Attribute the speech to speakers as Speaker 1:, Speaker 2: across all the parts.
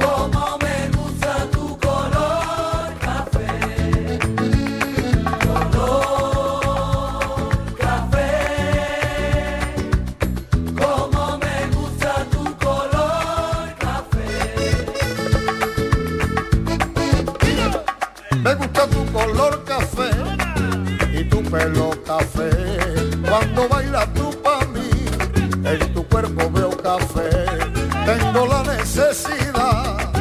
Speaker 1: Como me gusta tu color café, color café. Como me gusta tu color café.
Speaker 2: Me gusta tu color café y tu pelo café. Cuando bailas tú pa' mí, en tu cuerpo veo café. Tengo la necesidad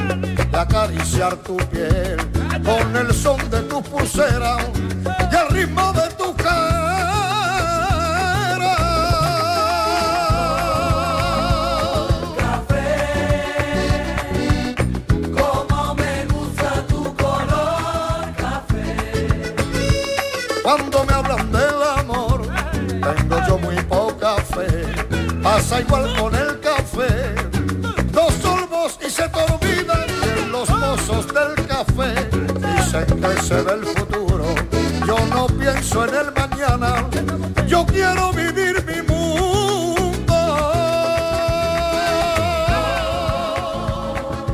Speaker 2: de acariciar tu piel con el son de tu pulsera y el ritmo de tu
Speaker 1: Como me gusta tu color
Speaker 2: Cuando me hablan del amor, tengo yo muy poca fe. Pasa igual con el café. Dos sorbos y se te olvidan que los mozos del café. Dicen que se ve el futuro. Yo no pienso en el mañana. Yo quiero vivir mi mundo.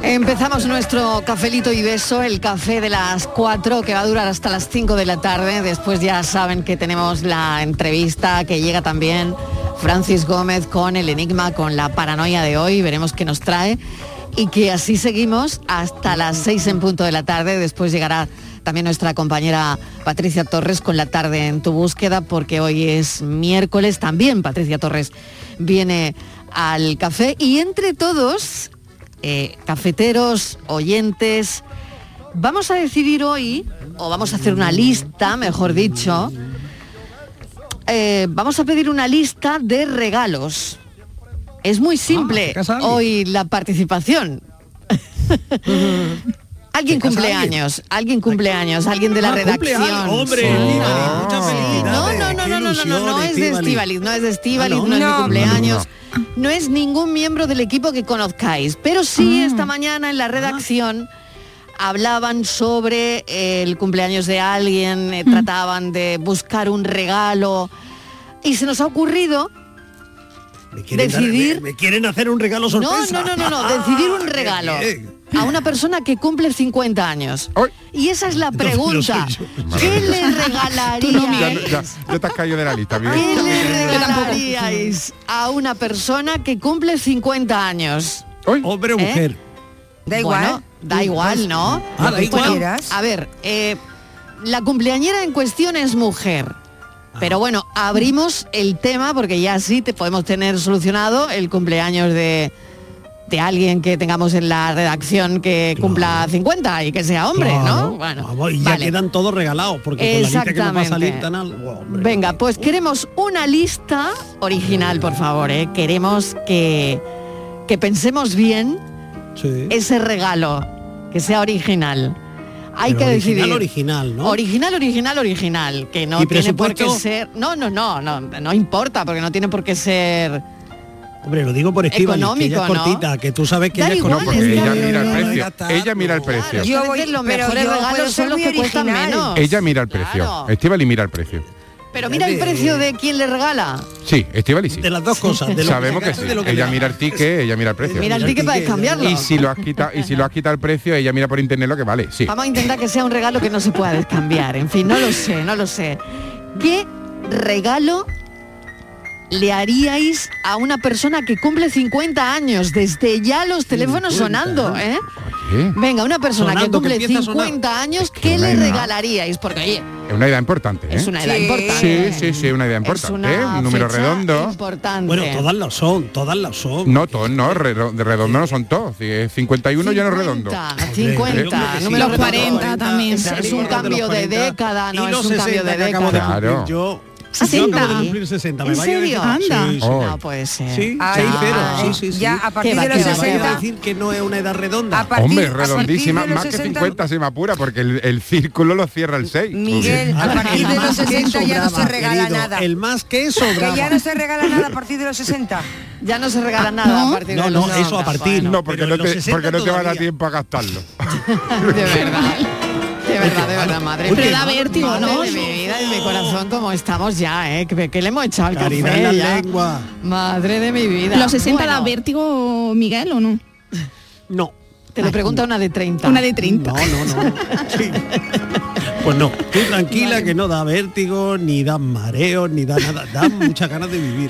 Speaker 3: Empezamos nuestro cafelito y beso, el café de las 4 que va a durar hasta las 5 de la tarde. Después ya saben que tenemos la entrevista que llega también Francis Gómez con el enigma, con la paranoia de hoy. Veremos qué nos trae. Y que así seguimos hasta las 6 en punto de la tarde. Después llegará también nuestra compañera Patricia Torres con la tarde en tu búsqueda porque hoy es miércoles. También Patricia Torres viene al café y entre todos eh, cafeteros, oyentes. Vamos a decidir hoy, o vamos a hacer una lista, mejor dicho, eh, vamos a pedir una lista de regalos. Es
Speaker 4: Ah,
Speaker 3: muy simple hoy la participación. Alguien
Speaker 4: casa
Speaker 3: cumple
Speaker 4: alguien?
Speaker 3: años, alguien cumple años, alguien de la
Speaker 4: Ah, cumple
Speaker 3: redacción.
Speaker 4: alguien. Hombre, Estíbaliz, muchas
Speaker 3: No,
Speaker 4: felicidades.
Speaker 3: no, no,
Speaker 4: Qué
Speaker 3: no, no, no, no, no
Speaker 4: ilusión,
Speaker 3: es de
Speaker 4: Estíbaliz.
Speaker 3: Estíbaliz, no es de Estíbaliz,
Speaker 4: Ah,
Speaker 3: no,
Speaker 4: no.
Speaker 3: es mi
Speaker 4: No.
Speaker 3: cumpleaños. No es ningún miembro del equipo que conozcáis, pero sí
Speaker 5: Ah.
Speaker 3: esta mañana en la redacción hablaban sobre eh, el cumpleaños de alguien,
Speaker 5: Mm.
Speaker 3: eh, trataban de buscar un regalo y se nos ha ocurrido
Speaker 5: Me quieren dar-
Speaker 3: decidir-
Speaker 5: me, me quieren hacer un regalo sorpresa. Ah,
Speaker 3: No, no, no, no, no, decidir un regalo
Speaker 5: bien.
Speaker 3: a una persona que cumple 50 años. Y esa es la pregunta. ¿Qué le
Speaker 6: Ya,
Speaker 3: regalaríais?
Speaker 6: ya- ya te has caído de la lista, Miguel.
Speaker 3: regalaríais a una persona que cumple 50 años?
Speaker 5: Hombre
Speaker 3: ¿Eh?
Speaker 5: o mujer.
Speaker 3: Da igual. da igual, ¿no?
Speaker 5: Ah, da igual.
Speaker 3: Bueno, a ver, eh, la cumpleañera en cuestión es mujer. Pero bueno, abrimos el tema porque ya así te podemos tener solucionado el cumpleaños de, de alguien que tengamos en la redacción que cumpla 50 y que sea hombre, ¿no? Bueno,
Speaker 5: Vamos, y ya quedan todos regalados, porque con la lista que nos va a salir
Speaker 3: Exactamente.
Speaker 5: tan algo.
Speaker 3: Venga, pues queremos una lista original, por favor. ¿eh? Queremos que, que pensemos bien ese regalo, que sea original. Hay
Speaker 5: Pero
Speaker 3: que
Speaker 5: original,
Speaker 3: decidir.
Speaker 5: original, ¿no?
Speaker 3: Original, original, original, que no
Speaker 5: ¿Y
Speaker 3: tiene por qué
Speaker 5: presupuesto?
Speaker 3: ser. No, no, no, no, no importa, porque no tiene por qué ser.
Speaker 5: Hombre, lo digo por Estíbaliz, que ella es
Speaker 3: Económico, ¿no?
Speaker 5: cortita, que tú sabes que
Speaker 3: Da
Speaker 5: ella es
Speaker 3: igual,
Speaker 5: cortita.
Speaker 3: es que-
Speaker 6: Ella mira el precio. Ella mira el precio.
Speaker 3: Yo voy- los
Speaker 7: pero
Speaker 3: mejores
Speaker 7: yo puedo
Speaker 3: regalos
Speaker 7: ser
Speaker 3: son los
Speaker 7: muy
Speaker 3: que cuestan
Speaker 7: original.
Speaker 3: menos.
Speaker 6: Ella mira el precio. Estivali mira el precio.
Speaker 3: Pero mira el precio de quién le regala.
Speaker 6: Sí, Estivali sí.
Speaker 5: De las dos cosas, de lo que
Speaker 6: Sabemos que
Speaker 5: sacaste,
Speaker 6: sí.
Speaker 5: de lo que
Speaker 6: ella
Speaker 5: le-
Speaker 6: mira el ticket, ella mira el precio.
Speaker 3: Mira el ticket para descambiarlo.
Speaker 6: Y si lo has quitado, y si lo has quitado el precio, ella mira por internet lo que vale. Sí.
Speaker 3: Vamos a intentar que sea un regalo que no se pueda descambiar. En fin, no lo sé, no lo sé. ¿Qué regalo le haríais a una persona que cumple 50 años? Desde ya los teléfonos sonando, ¿eh?
Speaker 6: Sí.
Speaker 3: Venga, una persona
Speaker 6: Sonando, que
Speaker 3: que cumple
Speaker 6: empieza a sonar.
Speaker 3: 50 años, ¿qué le
Speaker 6: venga.
Speaker 3: regalaríais? Porque, oye,
Speaker 6: Es una idea importante. ¿eh?
Speaker 3: Es una edad Sí. importante.
Speaker 6: Sí, sí, sí, una idea importante.
Speaker 3: una
Speaker 6: ¿eh? Un número
Speaker 3: fecha
Speaker 6: redondo.
Speaker 3: importante.
Speaker 5: Bueno, todas las son, todas las son.
Speaker 6: No, todos no, redo- de redondo no son todos. Si es 51 ya no es redondo.
Speaker 3: 50, número
Speaker 6: Los
Speaker 3: 40 también. Es,
Speaker 5: Ah,
Speaker 3: es un cambio de década, no
Speaker 5: y
Speaker 3: es
Speaker 5: los
Speaker 3: un cambio
Speaker 5: 60
Speaker 3: de
Speaker 5: que acabo de
Speaker 3: década.
Speaker 5: cumplir
Speaker 6: Claro.
Speaker 5: yo.
Speaker 3: Ah,
Speaker 5: Yo acabo
Speaker 3: ¿sí?
Speaker 5: de cumplir 60. me
Speaker 3: ¿En
Speaker 5: vaya a decir
Speaker 3: serio?
Speaker 5: que sí,
Speaker 3: Anda.
Speaker 5: sí,
Speaker 3: No
Speaker 5: sí.
Speaker 3: puede ser.
Speaker 5: Sí,
Speaker 3: Ah,
Speaker 5: 6-0, sí, sí, sí.
Speaker 7: ya, a partir
Speaker 5: Que va,
Speaker 7: de
Speaker 5: que
Speaker 7: los
Speaker 5: me vaya
Speaker 7: 60.
Speaker 5: a decir que no es una edad redonda.
Speaker 6: Hombre, redondísima, más que 50 se me apura porque el, el círculo lo cierra el 6.
Speaker 7: Miguel, a partir de los
Speaker 5: más que
Speaker 7: 60 ya no se
Speaker 5: sobraba,
Speaker 7: regala
Speaker 5: querido,
Speaker 7: nada.
Speaker 5: el más que sobraba.
Speaker 7: Que ya no se regala nada a partir de los 60.
Speaker 3: Ya no se regala nada a partir
Speaker 5: No,
Speaker 3: de
Speaker 5: no,
Speaker 3: los
Speaker 5: eso
Speaker 3: 90,
Speaker 5: a partir.
Speaker 3: bueno.
Speaker 6: No, porque
Speaker 5: Pero
Speaker 6: no
Speaker 5: en los
Speaker 6: te,
Speaker 5: 60
Speaker 6: porque no te va a dar
Speaker 5: todavía.
Speaker 6: tiempo a gastarlo.
Speaker 3: De verdad. De De verdad, de verdad, madre.
Speaker 8: Uy,
Speaker 3: mía.
Speaker 8: que da vértigo,
Speaker 3: Madre
Speaker 8: ¿no?
Speaker 3: de mi vida y de mi corazón, como estamos ya, ¿eh? Que, que le hemos echado el
Speaker 8: Caridad
Speaker 3: café
Speaker 8: en la
Speaker 3: ya.
Speaker 8: lengua.
Speaker 3: Madre de mi vida.
Speaker 8: ¿Los 60 da
Speaker 3: Bueno,
Speaker 8: vértigo, Miguel, o no?
Speaker 5: No.
Speaker 3: Te lo pregunta una de 30.
Speaker 8: Una de 30.
Speaker 5: Pues no, tú tranquila que no da vértigo, ni da mareos, ni da nada, da muchas ganas de vivir.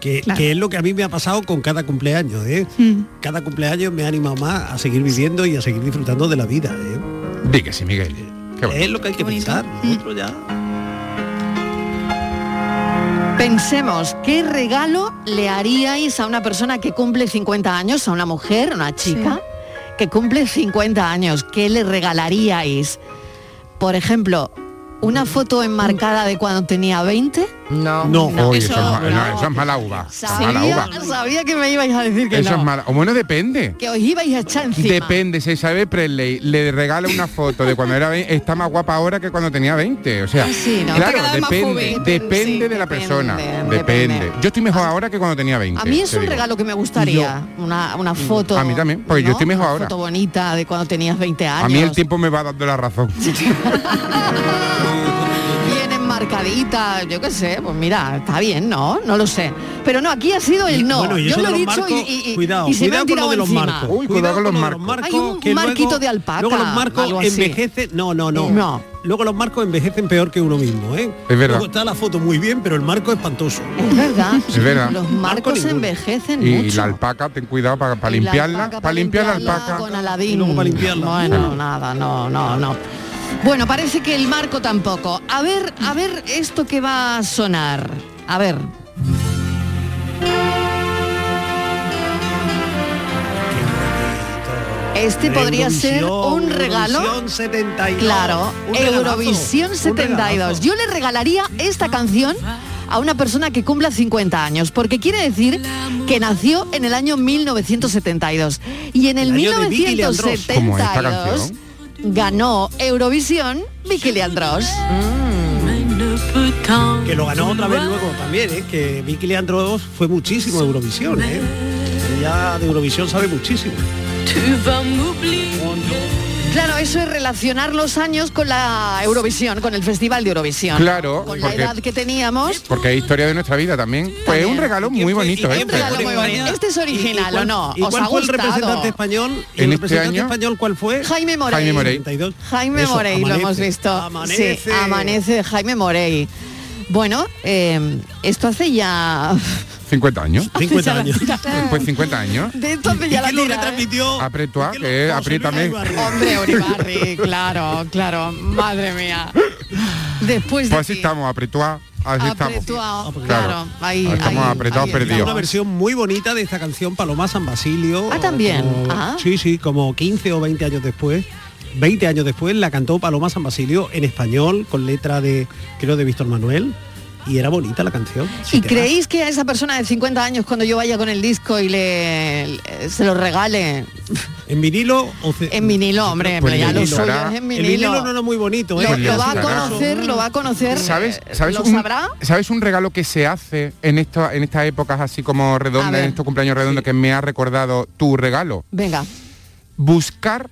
Speaker 5: Que, que es lo que a mí me ha pasado con cada cumpleaños, ¿eh?
Speaker 3: Mm.
Speaker 5: Cada cumpleaños me ha animado más a seguir viviendo y a seguir disfrutando de la vida, ¿eh?
Speaker 6: Di que sí, Miguel. Qué bonito.
Speaker 5: Es lo que hay que pensar,
Speaker 3: Mm.
Speaker 5: lo otro ya.
Speaker 3: Pensemos, ¿qué regalo le haríais a una persona que cumple 50 años, a una mujer, a una chica, que cumple 50 años? ¿Qué le regalaríais? Por ejemplo, ¿una foto enmarcada de cuando tenía 20?
Speaker 7: No.
Speaker 6: No,
Speaker 3: No,
Speaker 6: Uy,
Speaker 3: eso
Speaker 6: eso, es ma-
Speaker 3: no.
Speaker 6: no, eso es mala uva. Eso es mala
Speaker 3: Sabía,
Speaker 6: uva.
Speaker 3: sabía que me ibais a decir que
Speaker 6: Eso
Speaker 3: no.
Speaker 6: es mala. O bueno, depende.
Speaker 3: Que os ibais a echar encima.
Speaker 6: Depende, si Isabel Presley le regala una foto de cuando era 20, está más guapa ahora que cuando tenía 20. O sea,
Speaker 3: Sí, ¿no?
Speaker 6: claro,
Speaker 3: Está cada vez más
Speaker 6: depende,
Speaker 3: joven.
Speaker 6: depende
Speaker 3: Sí,
Speaker 6: de la
Speaker 3: depende,
Speaker 6: persona. Depende.
Speaker 3: depende.
Speaker 6: Yo estoy mejor ahora que cuando tenía 20.
Speaker 3: A mí es
Speaker 6: te
Speaker 3: un
Speaker 6: digo. Mm,
Speaker 3: regalo que me gustaría, una, una foto.
Speaker 6: A mí también, porque yo estoy mejor
Speaker 3: Una
Speaker 6: ahora.
Speaker 3: foto bonita de cuando tenías 20 años.
Speaker 6: A mí el tiempo me va dando la razón.
Speaker 3: Bien enmarcadita, yo qué sé, pues mira, está bien, ¿no? No lo sé. Pero no, aquí ha sido el no.
Speaker 5: Bueno, y
Speaker 3: yo
Speaker 5: eso
Speaker 3: lo he
Speaker 5: de los
Speaker 3: dicho
Speaker 5: marcos,
Speaker 3: y, y- y-
Speaker 5: cuidado,
Speaker 3: y se me
Speaker 5: cuidado
Speaker 3: han
Speaker 5: con lo
Speaker 3: tirado
Speaker 5: de los
Speaker 3: encima.
Speaker 5: marcos. Uy, cuidado con los marcos.
Speaker 3: Hay un marquito de alpaca.
Speaker 5: Luego los
Speaker 3: algo
Speaker 5: marcos
Speaker 3: así.
Speaker 5: envejecen, no, no, no,
Speaker 3: No.
Speaker 5: Luego los marcos envejecen peor que uno mismo, ¿eh?
Speaker 6: Es verdad.
Speaker 5: Luego está la foto muy bien, pero el marco espantoso.
Speaker 3: Es verdad.
Speaker 6: Es verdad.
Speaker 3: Los
Speaker 5: Marco
Speaker 3: marcos
Speaker 5: ninguno.
Speaker 3: envejecen
Speaker 6: Y
Speaker 3: mucho.
Speaker 6: la alpaca, ten cuidado para
Speaker 3: Y la
Speaker 6: limpiarla.
Speaker 3: alpaca,
Speaker 6: para limpiar la
Speaker 3: limpiarla
Speaker 6: alpaca.
Speaker 3: Con Aladín.
Speaker 5: Y luego para limpiarla.
Speaker 3: Bueno, nada, no, no, no. Bueno, parece que el marco tampoco. A ver, a ver esto que va a sonar. A ver. Este podría ser un regalo.
Speaker 5: Eurovisión 72.
Speaker 3: Claro,
Speaker 5: Un regalazo,
Speaker 3: Eurovisión
Speaker 5: un
Speaker 3: 72.
Speaker 5: regalazo.
Speaker 3: Yo le regalaría esta canción a una persona que cumpla 50 años, porque quiere decir que nació en el año 1972. Y en el,
Speaker 5: El año de Vicky Leandros.
Speaker 6: Como esta
Speaker 3: 1972
Speaker 6: canción.
Speaker 3: ganó Eurovisión Vicky Leandros.
Speaker 5: Mm. Que lo ganó otra vez luego también, ¿eh? Que Vicky Leandros fue muchísimo a Eurovisión, ¿eh? Ella de Eurovisión sabe muchísimo.
Speaker 3: Claro, eso es relacionar los años con la Eurovisión, con el Festival de Eurovisión.
Speaker 6: Claro,
Speaker 3: Con la
Speaker 6: porque,
Speaker 3: edad que teníamos.
Speaker 6: porque es historia de nutra vida también. Pues es un
Speaker 3: También.
Speaker 6: regalo muy bonito
Speaker 3: fue-
Speaker 6: este.
Speaker 3: un regalo muy bonito. Este es original,
Speaker 5: cuál-
Speaker 3: ¿o no?
Speaker 5: ¿Y
Speaker 3: ¿Os
Speaker 5: cuál
Speaker 3: ha
Speaker 5: fue el
Speaker 3: gustado?
Speaker 5: representante español? ¿Y
Speaker 6: ¿En
Speaker 5: el
Speaker 6: este
Speaker 5: representante
Speaker 6: año?
Speaker 5: español cuál fue?
Speaker 3: Jaime Morey.
Speaker 6: Jaime Morey.
Speaker 5: 72.
Speaker 3: Jaime
Speaker 5: Eso,
Speaker 3: Morey, lo
Speaker 5: amanece.
Speaker 3: hemos visto.
Speaker 5: Amanece.
Speaker 3: Sí, amanece de Jaime Morey. Bueno, eh, esto hace ya...
Speaker 6: 50 años.
Speaker 5: 50 años.
Speaker 6: Pues 50 años.
Speaker 3: De esto hace
Speaker 5: ¿Y
Speaker 3: ya la
Speaker 5: quién lo
Speaker 3: tira, ¿eh?
Speaker 5: retransmitió?
Speaker 6: Apretua,
Speaker 5: ¿Quién
Speaker 6: que
Speaker 5: lo- José Luis
Speaker 6: apriétame.
Speaker 5: Ibarri.
Speaker 3: Hombre, Uribarri, claro, claro, madre mía. Después de
Speaker 6: Pues así
Speaker 3: ti,
Speaker 6: estamos, apretua. Así
Speaker 3: apretuado,
Speaker 6: estamos.
Speaker 3: claro, ahí-
Speaker 6: pues Ah, estamos
Speaker 3: ahí-
Speaker 6: apretados,
Speaker 3: ahí
Speaker 6: perdidos.
Speaker 5: Una versión muy bonita de esta canción Paloma San Basilio.
Speaker 3: Ah, también.
Speaker 5: Como-
Speaker 3: Ah.
Speaker 5: Sí, sí, como 15 o 20 años después. 20 años después la cantó Paloma San Basilio en español con letra de creo de Víctor Manuel y era bonita la canción. Si
Speaker 3: ¿Y
Speaker 5: te vas.
Speaker 3: creéis que a esa persona de 50 años cuando yo vaya con el disco y le, le- se lo regale
Speaker 5: en vinilo o ce-
Speaker 3: en vinilo, hombre,
Speaker 6: Pues
Speaker 3: ya lo
Speaker 6: vinilo,
Speaker 3: suyo
Speaker 6: hará.
Speaker 3: es en
Speaker 5: El vinilo no
Speaker 3: vinilo?
Speaker 5: era muy bonito, ¿eh?
Speaker 3: Lo,
Speaker 6: Pues le
Speaker 3: lo va a
Speaker 6: asustará.
Speaker 3: conocer, lo va a conocer.
Speaker 6: ¿Sabes,
Speaker 3: eh,
Speaker 6: sabes,
Speaker 3: ¿Lo
Speaker 6: un,
Speaker 3: sabrá?
Speaker 6: ¿Sabes un regalo que se hace en esta, en estas épocas así como
Speaker 3: A
Speaker 6: redondas,
Speaker 3: ver.
Speaker 6: en estos cumpleaños redondos que me ha recordado tu regalo?
Speaker 3: Venga.
Speaker 6: Buscar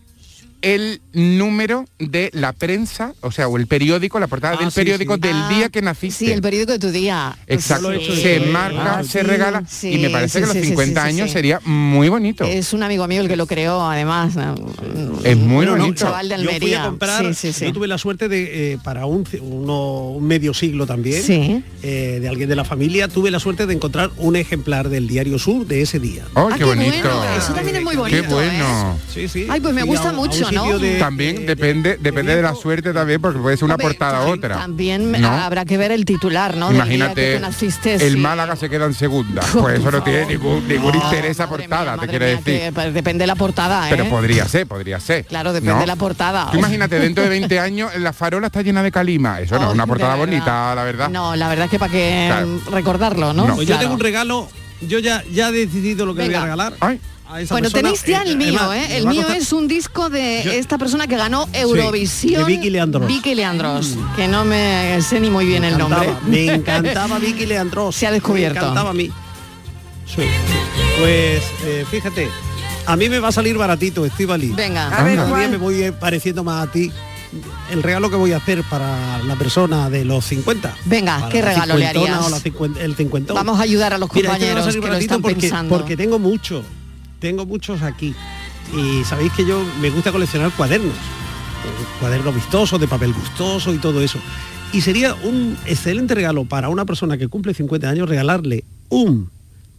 Speaker 6: el número de la prensa, o sea, o el periódico, la portada
Speaker 5: Ah,
Speaker 6: del
Speaker 5: sí,
Speaker 6: periódico
Speaker 5: sí.
Speaker 6: del
Speaker 3: Ah,
Speaker 6: día que naciste.
Speaker 3: Sí, el periódico de tu día.
Speaker 6: Exacto.
Speaker 5: Solo he hecho
Speaker 3: Sí.
Speaker 6: se
Speaker 5: eso.
Speaker 6: marca,
Speaker 5: Ah,
Speaker 6: se
Speaker 5: sí.
Speaker 6: regala
Speaker 3: Sí,
Speaker 6: y me parece
Speaker 3: sí,
Speaker 6: que los
Speaker 3: sí, sí,
Speaker 6: 50
Speaker 3: sí, sí,
Speaker 6: años
Speaker 3: sí.
Speaker 6: sería muy bonito. Es,
Speaker 3: Es un amigo mío el que lo creó, además. Un-
Speaker 6: muy
Speaker 3: un
Speaker 6: bonito.
Speaker 3: chaval de Almería.
Speaker 5: Yo fui a comprar,
Speaker 3: sí, sí, sí.
Speaker 5: yo tuve la suerte de, eh, para un, c- uno- un medio siglo también,
Speaker 3: Sí.
Speaker 5: eh, de alguien de la familia, tuve la suerte de encontrar un ejemplar del Diario Sur de ese día.
Speaker 6: ¡Oh,
Speaker 3: Ah,
Speaker 6: qué bonito!
Speaker 3: bueno, eso también es muy bonito.
Speaker 6: ¡Qué bueno!
Speaker 3: ¿eh?
Speaker 5: Sí, sí.
Speaker 3: Ay, pues me
Speaker 5: Fui
Speaker 3: gusta
Speaker 5: a un- a un
Speaker 3: mucho, ¿no?
Speaker 5: sitio de-
Speaker 6: también
Speaker 5: de-
Speaker 6: depende, depende de la
Speaker 5: viejo.
Speaker 6: suerte también, porque puede ser una
Speaker 3: Hombre,
Speaker 6: portada a
Speaker 3: tam-
Speaker 6: otra.
Speaker 3: También
Speaker 6: ¿no?
Speaker 3: habrá que ver el titular, ¿no? del día que
Speaker 6: Imagínate,
Speaker 3: tú naciste,
Speaker 6: el
Speaker 3: sí.
Speaker 6: Málaga se queda en segunda. Pues eso no tiene ningún, ningún
Speaker 3: No,
Speaker 6: interés esa
Speaker 3: madre mía,
Speaker 6: portada, te
Speaker 3: madre
Speaker 6: quiero
Speaker 3: mía,
Speaker 6: decir.
Speaker 3: que, pues, depende de la portada, ¿eh?
Speaker 6: Pero podría ser, podría ser.
Speaker 3: Claro, depende
Speaker 6: ¿no?
Speaker 3: de la portada.
Speaker 6: Tú imagínate, dentro de 20 años la farola está llena de calima. Eso no
Speaker 3: Oh,
Speaker 6: es una
Speaker 3: de
Speaker 6: portada
Speaker 3: verdad.
Speaker 6: bonita, la verdad.
Speaker 3: No, la verdad es que para que
Speaker 6: Claro.
Speaker 3: recordarlo, ¿no?
Speaker 6: No.
Speaker 5: Pues
Speaker 3: Claro.
Speaker 5: yo tengo un regalo, yo ya, ya he decidido lo que
Speaker 3: Venga.
Speaker 5: voy a regalar.
Speaker 6: Ay,
Speaker 5: a esa
Speaker 3: Bueno,
Speaker 5: persona.
Speaker 3: tenéis ya
Speaker 5: Eh,
Speaker 3: el mío,
Speaker 5: además,
Speaker 3: ¿eh?
Speaker 5: me
Speaker 3: El
Speaker 5: va a
Speaker 3: mío
Speaker 5: costar-
Speaker 3: es un disco de
Speaker 5: Yo-
Speaker 3: esta persona que ganó Eurovisión.
Speaker 5: de Vicky Leandros.
Speaker 3: Vicky Leandros, que no me sé ni muy bien el
Speaker 5: encantaba,
Speaker 3: nombre.
Speaker 5: Me encantaba Vicky Leandros.
Speaker 3: Se ha descubierto.
Speaker 5: Me encantaba a mí. Sí. Pues eh, fíjate, a mí me va a salir baratito, Estivali.
Speaker 3: Venga.
Speaker 7: A ver,
Speaker 5: Cada día
Speaker 7: Juan.
Speaker 5: me voy eh, pareciendo más a ti. el regalo que voy a hacer para la persona de los 50.
Speaker 3: Venga,
Speaker 5: Para
Speaker 3: ¿qué
Speaker 5: la
Speaker 3: regalo le
Speaker 5: cincuentona
Speaker 3: harías?
Speaker 5: o la cincuen- el cincuentón.
Speaker 3: Vamos a ayudar a los
Speaker 5: Mira, esto me va a
Speaker 3: compañeros
Speaker 5: salir
Speaker 3: que lo
Speaker 5: baratito
Speaker 3: están
Speaker 5: porque,
Speaker 3: pensando.
Speaker 5: Porque tengo muchos, tengo muchos aquí. Y sabéis que yo me gusta coleccionar cuadernos, eh, cuadernos vistosos, de papel gustoso y todo eso. Y sería un excelente regalo para una persona que cumple 50 años regalarle un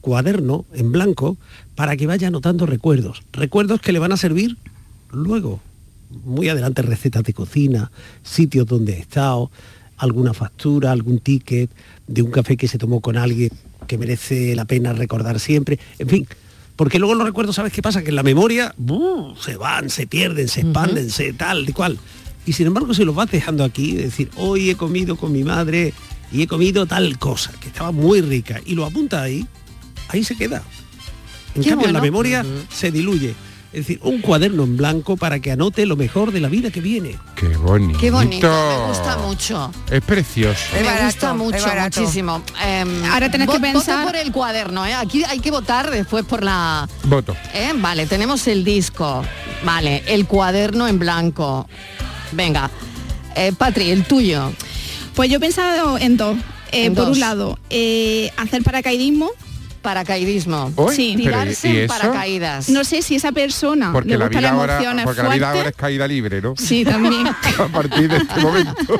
Speaker 5: cuaderno en blanco para que vaya anotando recuerdos, recuerdos que le van a servir luego, muy adelante recetas de cocina, sitios donde he estado, alguna factura, algún ticket de un café que se tomó con alguien que merece la pena recordar siempre, en fin, porque luego los recuerdos, ¿sabes qué pasa? Que en la memoria ¡buh! se van, se pierden, se expanden, se tal y cual. Y sin embargo, si los vas dejando aquí, es decir, hoy he comido con mi madre y he comido tal cosa, que estaba muy rica, y lo apunta ahí, ahí se queda. En
Speaker 9: Qué
Speaker 5: cambio, en la
Speaker 9: bueno.
Speaker 5: memoria se diluye. Es decir, un cuaderno en blanco para que anote lo mejor de la vida que viene.
Speaker 6: Qué bonito.
Speaker 3: Qué bonito, me gusta mucho.
Speaker 6: Es precioso.
Speaker 3: me gusta mucho,
Speaker 7: barato.
Speaker 3: muchísimo. Em,
Speaker 8: Ahora tenés
Speaker 3: vo-
Speaker 8: que pensar-
Speaker 3: Vota por el cuaderno, ¿eh? Aquí hay que votar después por la...
Speaker 6: Voto.
Speaker 3: ¿eh? Vale, tenemos el disco. Vale, el cuaderno en blanco. Venga. Eh, Patri, el tuyo.
Speaker 8: Pues yo he pensado en dos. Eh,
Speaker 3: En
Speaker 8: por
Speaker 3: dos.
Speaker 8: un lado, eh, hacer paracaidismo.
Speaker 3: Paracaidismo.
Speaker 6: Uy,
Speaker 8: Sí.
Speaker 6: pero Tirarse ¿y en eso?
Speaker 3: paracaídas.
Speaker 8: No sé si esa
Speaker 3: ah,
Speaker 8: persona
Speaker 6: Porque
Speaker 8: le
Speaker 6: la
Speaker 8: gusta
Speaker 6: vida
Speaker 8: la
Speaker 6: ahora,
Speaker 8: emoción
Speaker 6: porque la
Speaker 8: fuerte.
Speaker 6: vida ahora es caída libre, ¿no?
Speaker 8: Sí, también.
Speaker 6: A partir de este momento.
Speaker 8: va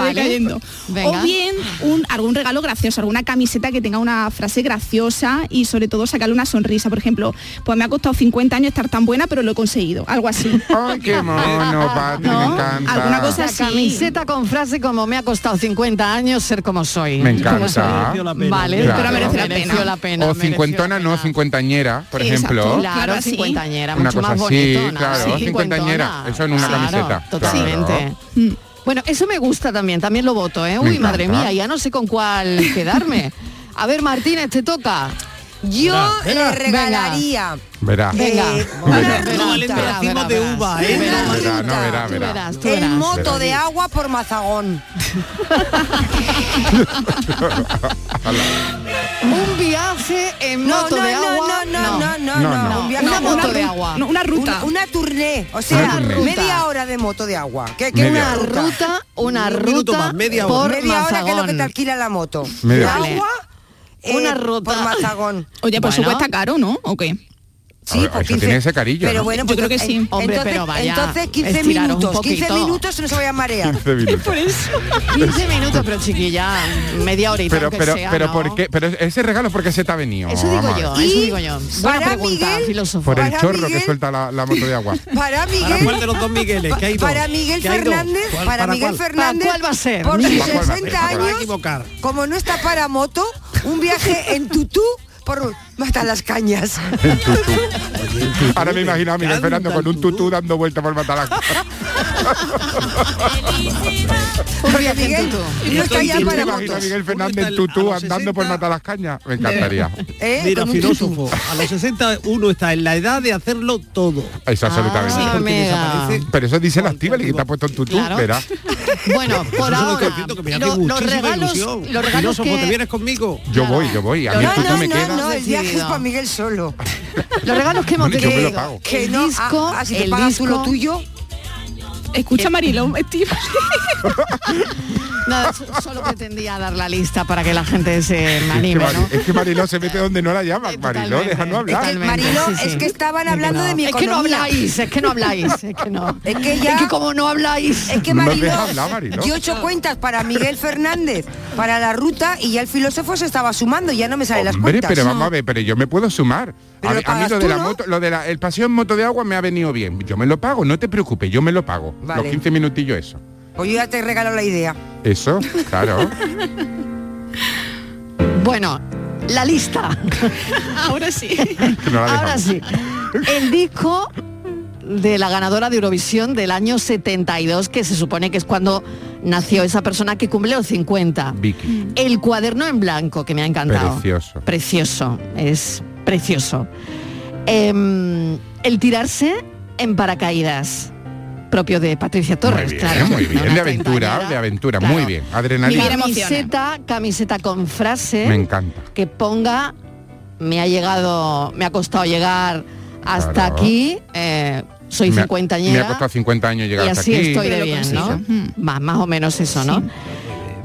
Speaker 3: Vale.
Speaker 8: decayendo.
Speaker 3: Venga.
Speaker 8: O bien un, algún regalo gracioso, alguna camiseta que tenga una frase graciosa y sobre todo sacarle una sonrisa. Por ejemplo, pues me ha costado 50 años estar tan buena, pero lo he conseguido. Algo así.
Speaker 6: Ay, qué mono, Patri, me encanta.
Speaker 8: alguna cosa
Speaker 3: La
Speaker 8: así.
Speaker 3: camiseta con frase como me ha costado 50 años ser como soy.
Speaker 6: Me
Speaker 3: Como soy.
Speaker 6: encanta.
Speaker 5: Mereció la pena.
Speaker 3: Vale,
Speaker 6: Claro.
Speaker 3: pero merece la
Speaker 8: Mereció
Speaker 3: pena.
Speaker 8: la
Speaker 6: o cincuentona, no, cincuentañera, por
Speaker 8: Exacto.
Speaker 6: ejemplo.
Speaker 8: La-
Speaker 3: Claro,
Speaker 8: Claro, sí.
Speaker 3: cincuentañera,
Speaker 6: Una
Speaker 3: mucho
Speaker 6: cosa
Speaker 3: más
Speaker 6: así,
Speaker 3: bonitona.
Speaker 6: claro, cincuentañera, eso en una
Speaker 3: Claro,
Speaker 6: camiseta,
Speaker 3: Totalmente.
Speaker 6: claro.
Speaker 3: Mm. Bueno, eso me gusta también, también lo voto, ¿eh?
Speaker 6: Me
Speaker 3: Uy, madre
Speaker 6: encanta.
Speaker 3: mía, ya no sé con cuál quedarme. A ver, Martínez, te toca.
Speaker 7: Yo
Speaker 3: Venga.
Speaker 7: le regalaría
Speaker 6: Verá.
Speaker 3: Venga.
Speaker 7: eh,
Speaker 3: Verá,
Speaker 7: una
Speaker 3: verá,
Speaker 5: No valen
Speaker 3: verá,
Speaker 7: ruta.
Speaker 5: racimos de
Speaker 3: verás.
Speaker 5: uva, ¿eh?
Speaker 7: Una
Speaker 3: Verás,
Speaker 6: Verá, no,
Speaker 7: ruta.
Speaker 6: verá,
Speaker 3: Tú
Speaker 6: verá.
Speaker 3: verás, tú
Speaker 7: El
Speaker 3: verás.
Speaker 7: moto
Speaker 6: verás.
Speaker 7: de agua por Mazagón.
Speaker 3: Un viaje en
Speaker 7: No,
Speaker 3: moto
Speaker 7: no,
Speaker 3: de
Speaker 7: no,
Speaker 3: agua.
Speaker 7: no, no, no,
Speaker 6: No,
Speaker 7: no,
Speaker 6: no.
Speaker 7: un viaje
Speaker 3: Una
Speaker 7: a moto.
Speaker 3: moto de
Speaker 8: ru-
Speaker 3: agua.
Speaker 8: no, una ruta.
Speaker 7: Una, una tournée, o sea,
Speaker 6: tournée.
Speaker 7: media hora de moto de agua. Que, que
Speaker 6: Media hora.
Speaker 7: una ruta.
Speaker 3: Ruta, una
Speaker 5: Un
Speaker 3: ruta
Speaker 5: minuto más, media hora.
Speaker 3: por
Speaker 7: media hora que es lo que
Speaker 3: Mazagón.
Speaker 7: te alquila la moto.
Speaker 6: Media
Speaker 7: El
Speaker 3: hora.
Speaker 7: agua,
Speaker 3: Una
Speaker 7: eh,
Speaker 3: ruta.
Speaker 7: por Mazagón.
Speaker 8: Oye, por
Speaker 3: Bueno.
Speaker 8: supuesto, caro, ¿no? ¿O qué?
Speaker 6: A ver, eso tiene ese carillo,
Speaker 7: Pero
Speaker 6: ¿no?
Speaker 7: bueno,
Speaker 8: Yo
Speaker 7: pues
Speaker 8: creo que
Speaker 7: en-
Speaker 8: sí.
Speaker 3: Hombre,
Speaker 7: entonces,
Speaker 3: pero vaya,
Speaker 7: entonces 15
Speaker 3: estiraros un
Speaker 7: minutos, 15
Speaker 3: poquito.
Speaker 7: minutos no se vaya a marear.
Speaker 6: 15 minutos.
Speaker 3: 15 minutos, pero chiquilla, media horita
Speaker 6: Pero,
Speaker 3: aunque
Speaker 6: pero,
Speaker 3: sea,
Speaker 6: pero
Speaker 3: ¿no?
Speaker 6: ¿por qué? Pero ese regalo, ¿por qué se te ha venido?
Speaker 3: Eso digo
Speaker 6: Amar?
Speaker 3: yo,
Speaker 7: Y
Speaker 3: eso digo yo. Buena
Speaker 7: para
Speaker 3: pregunta,
Speaker 7: Miguel,
Speaker 3: filósofo.
Speaker 6: Por el
Speaker 7: Para
Speaker 6: chorro
Speaker 7: Miguel.
Speaker 6: que suelta la, la moto de agua.
Speaker 7: Para
Speaker 5: ¿Para
Speaker 7: Miguel,
Speaker 5: cuál de los dos Migueles? ¿Qué hay dos?
Speaker 7: para Miguel
Speaker 5: ¿Qué hay dos?
Speaker 7: Fernández,
Speaker 5: ¿Cuál-
Speaker 7: para Miguel
Speaker 5: cuál?
Speaker 7: Fernández,
Speaker 3: cuál va a ser?
Speaker 7: por sus
Speaker 6: ¿Para cuál va a ser?
Speaker 7: 60
Speaker 6: ¿Para cuál?
Speaker 5: Me voy a
Speaker 7: años,
Speaker 5: equivocar.
Speaker 7: como no está para moto, un viaje en tutú por hasta las cañas.
Speaker 6: Ahora me imagino a Miguel
Speaker 5: encanta
Speaker 6: Fernando con
Speaker 5: el
Speaker 6: un tutú dando vueltas por Matalasca.
Speaker 3: Un
Speaker 7: Porque
Speaker 3: viaje en
Speaker 7: Miguel
Speaker 3: tutú.
Speaker 7: no está ya
Speaker 6: Yo me
Speaker 7: para
Speaker 6: imagino a
Speaker 7: motos.
Speaker 6: Miguel
Speaker 5: Uno
Speaker 6: Fernández
Speaker 5: está
Speaker 6: en
Speaker 5: a
Speaker 6: tutú
Speaker 5: los
Speaker 6: andando por
Speaker 5: 60.
Speaker 6: Matalascañas. Me encantaría.
Speaker 7: ¿eh?
Speaker 5: Mira,
Speaker 7: Con un tutú.
Speaker 5: filósofo, a los 60 uno está en la edad de hacerlo todo.
Speaker 6: Eso absolutamente.
Speaker 3: Ah,
Speaker 5: porque
Speaker 3: amiga.
Speaker 5: desaparece.
Speaker 6: Pero eso dice la activa que te ha puesto en ¿eh? tutú,
Speaker 3: Claro.
Speaker 6: verá.
Speaker 3: Bueno, por
Speaker 5: Eso
Speaker 3: ahora,
Speaker 5: lo estoy diciendo, que me hace
Speaker 3: lo- los
Speaker 5: muchísima
Speaker 3: regalos,
Speaker 5: ilusión.
Speaker 3: los regalos
Speaker 5: Filósofo, ¿te
Speaker 3: que,
Speaker 5: vienes conmigo?
Speaker 6: Yo
Speaker 3: Claro.
Speaker 6: voy, yo voy. A mí
Speaker 3: No,
Speaker 6: el tutú
Speaker 7: No,
Speaker 6: me
Speaker 7: no,
Speaker 6: queda.
Speaker 7: no, el viaje es
Speaker 3: Decidido.
Speaker 7: para Miguel solo.
Speaker 3: los regalos que hemos
Speaker 6: Bueno, yo me lo
Speaker 3: querido,
Speaker 6: pago.
Speaker 7: Que
Speaker 3: el
Speaker 7: no,
Speaker 3: disco,
Speaker 7: ah, ah, si te
Speaker 3: el
Speaker 7: pagas tú lo
Speaker 3: disco,
Speaker 7: tuyo,
Speaker 8: Escucha, eh, Marilón, estoy-
Speaker 3: nada, so- solo pretendía dar la lista para que la gente se
Speaker 6: Es que,
Speaker 3: anime,
Speaker 6: Mari-
Speaker 3: ¿no?
Speaker 6: es que Mariló se mete donde no la llaman.
Speaker 3: Eh,
Speaker 6: Mariló,
Speaker 3: totalmente,
Speaker 6: déjanos hablar.
Speaker 3: totalmente,
Speaker 7: Mariló,
Speaker 3: sí, sí.
Speaker 7: es que estaban
Speaker 3: Es
Speaker 7: hablando
Speaker 3: no.
Speaker 7: de mi
Speaker 3: Es que no
Speaker 7: economía.
Speaker 3: habláis, es que no habláis, es que no.
Speaker 7: Es que ya-
Speaker 3: Es que como no habláis...
Speaker 7: Es que
Speaker 6: No me
Speaker 7: Mariló,
Speaker 6: deja hablar, Mariló.
Speaker 7: yo ocho cuentas para Miguel Fernández, para la ruta, y ya el filósofo se estaba sumando, ya no me salen las
Speaker 6: Hombre,
Speaker 7: cuentas.
Speaker 6: pero vamos a ver, pero yo me puedo sumar.
Speaker 7: Pero
Speaker 6: a,
Speaker 7: lo
Speaker 6: mí- a mí
Speaker 7: pagas
Speaker 6: lo de
Speaker 7: tú,
Speaker 6: la
Speaker 7: ¿no?
Speaker 6: moto, lo de la- el paseo en moto de agua me ha venido bien. Yo me lo pago, no te preocupes, yo me lo pago.
Speaker 7: Vale.
Speaker 6: Los 15 minutillos eso.
Speaker 7: Pues yo ya te regalo la idea.
Speaker 6: Eso, claro.
Speaker 3: Bueno, la lista.
Speaker 8: Ahora sí.
Speaker 6: que no la
Speaker 3: Ahora
Speaker 6: dejamos.
Speaker 3: sí. El disco de la ganadora de Eurovisión del año 72, que se supone que es cuando nació esa persona que cumple los 50.
Speaker 6: Vicky.
Speaker 3: El cuaderno en blanco, que me ha encantado.
Speaker 6: Precioso.
Speaker 3: Precioso, es precioso. Em, el tirarse en paracaídas, propio de Patricia Torres,
Speaker 6: muy bien,
Speaker 3: claro.
Speaker 6: muy bien.
Speaker 3: Una
Speaker 6: de aventura,
Speaker 3: treintañera.
Speaker 6: de aventura,
Speaker 3: Claro.
Speaker 6: muy bien. Adrenalina.
Speaker 8: Mira, Bien emociones.
Speaker 3: Camiseta, camiseta con frase
Speaker 6: Me encanta.
Speaker 3: que ponga me ha llegado, me ha costado llegar hasta
Speaker 6: Claro.
Speaker 3: aquí, eh, soy
Speaker 6: Me ha-
Speaker 3: cincuentañera.
Speaker 6: Me ha costado 50 años llegar
Speaker 3: y
Speaker 6: hasta
Speaker 3: así
Speaker 6: aquí.
Speaker 3: estoy de bien, ¿no? Más, más o menos eso, ¿no?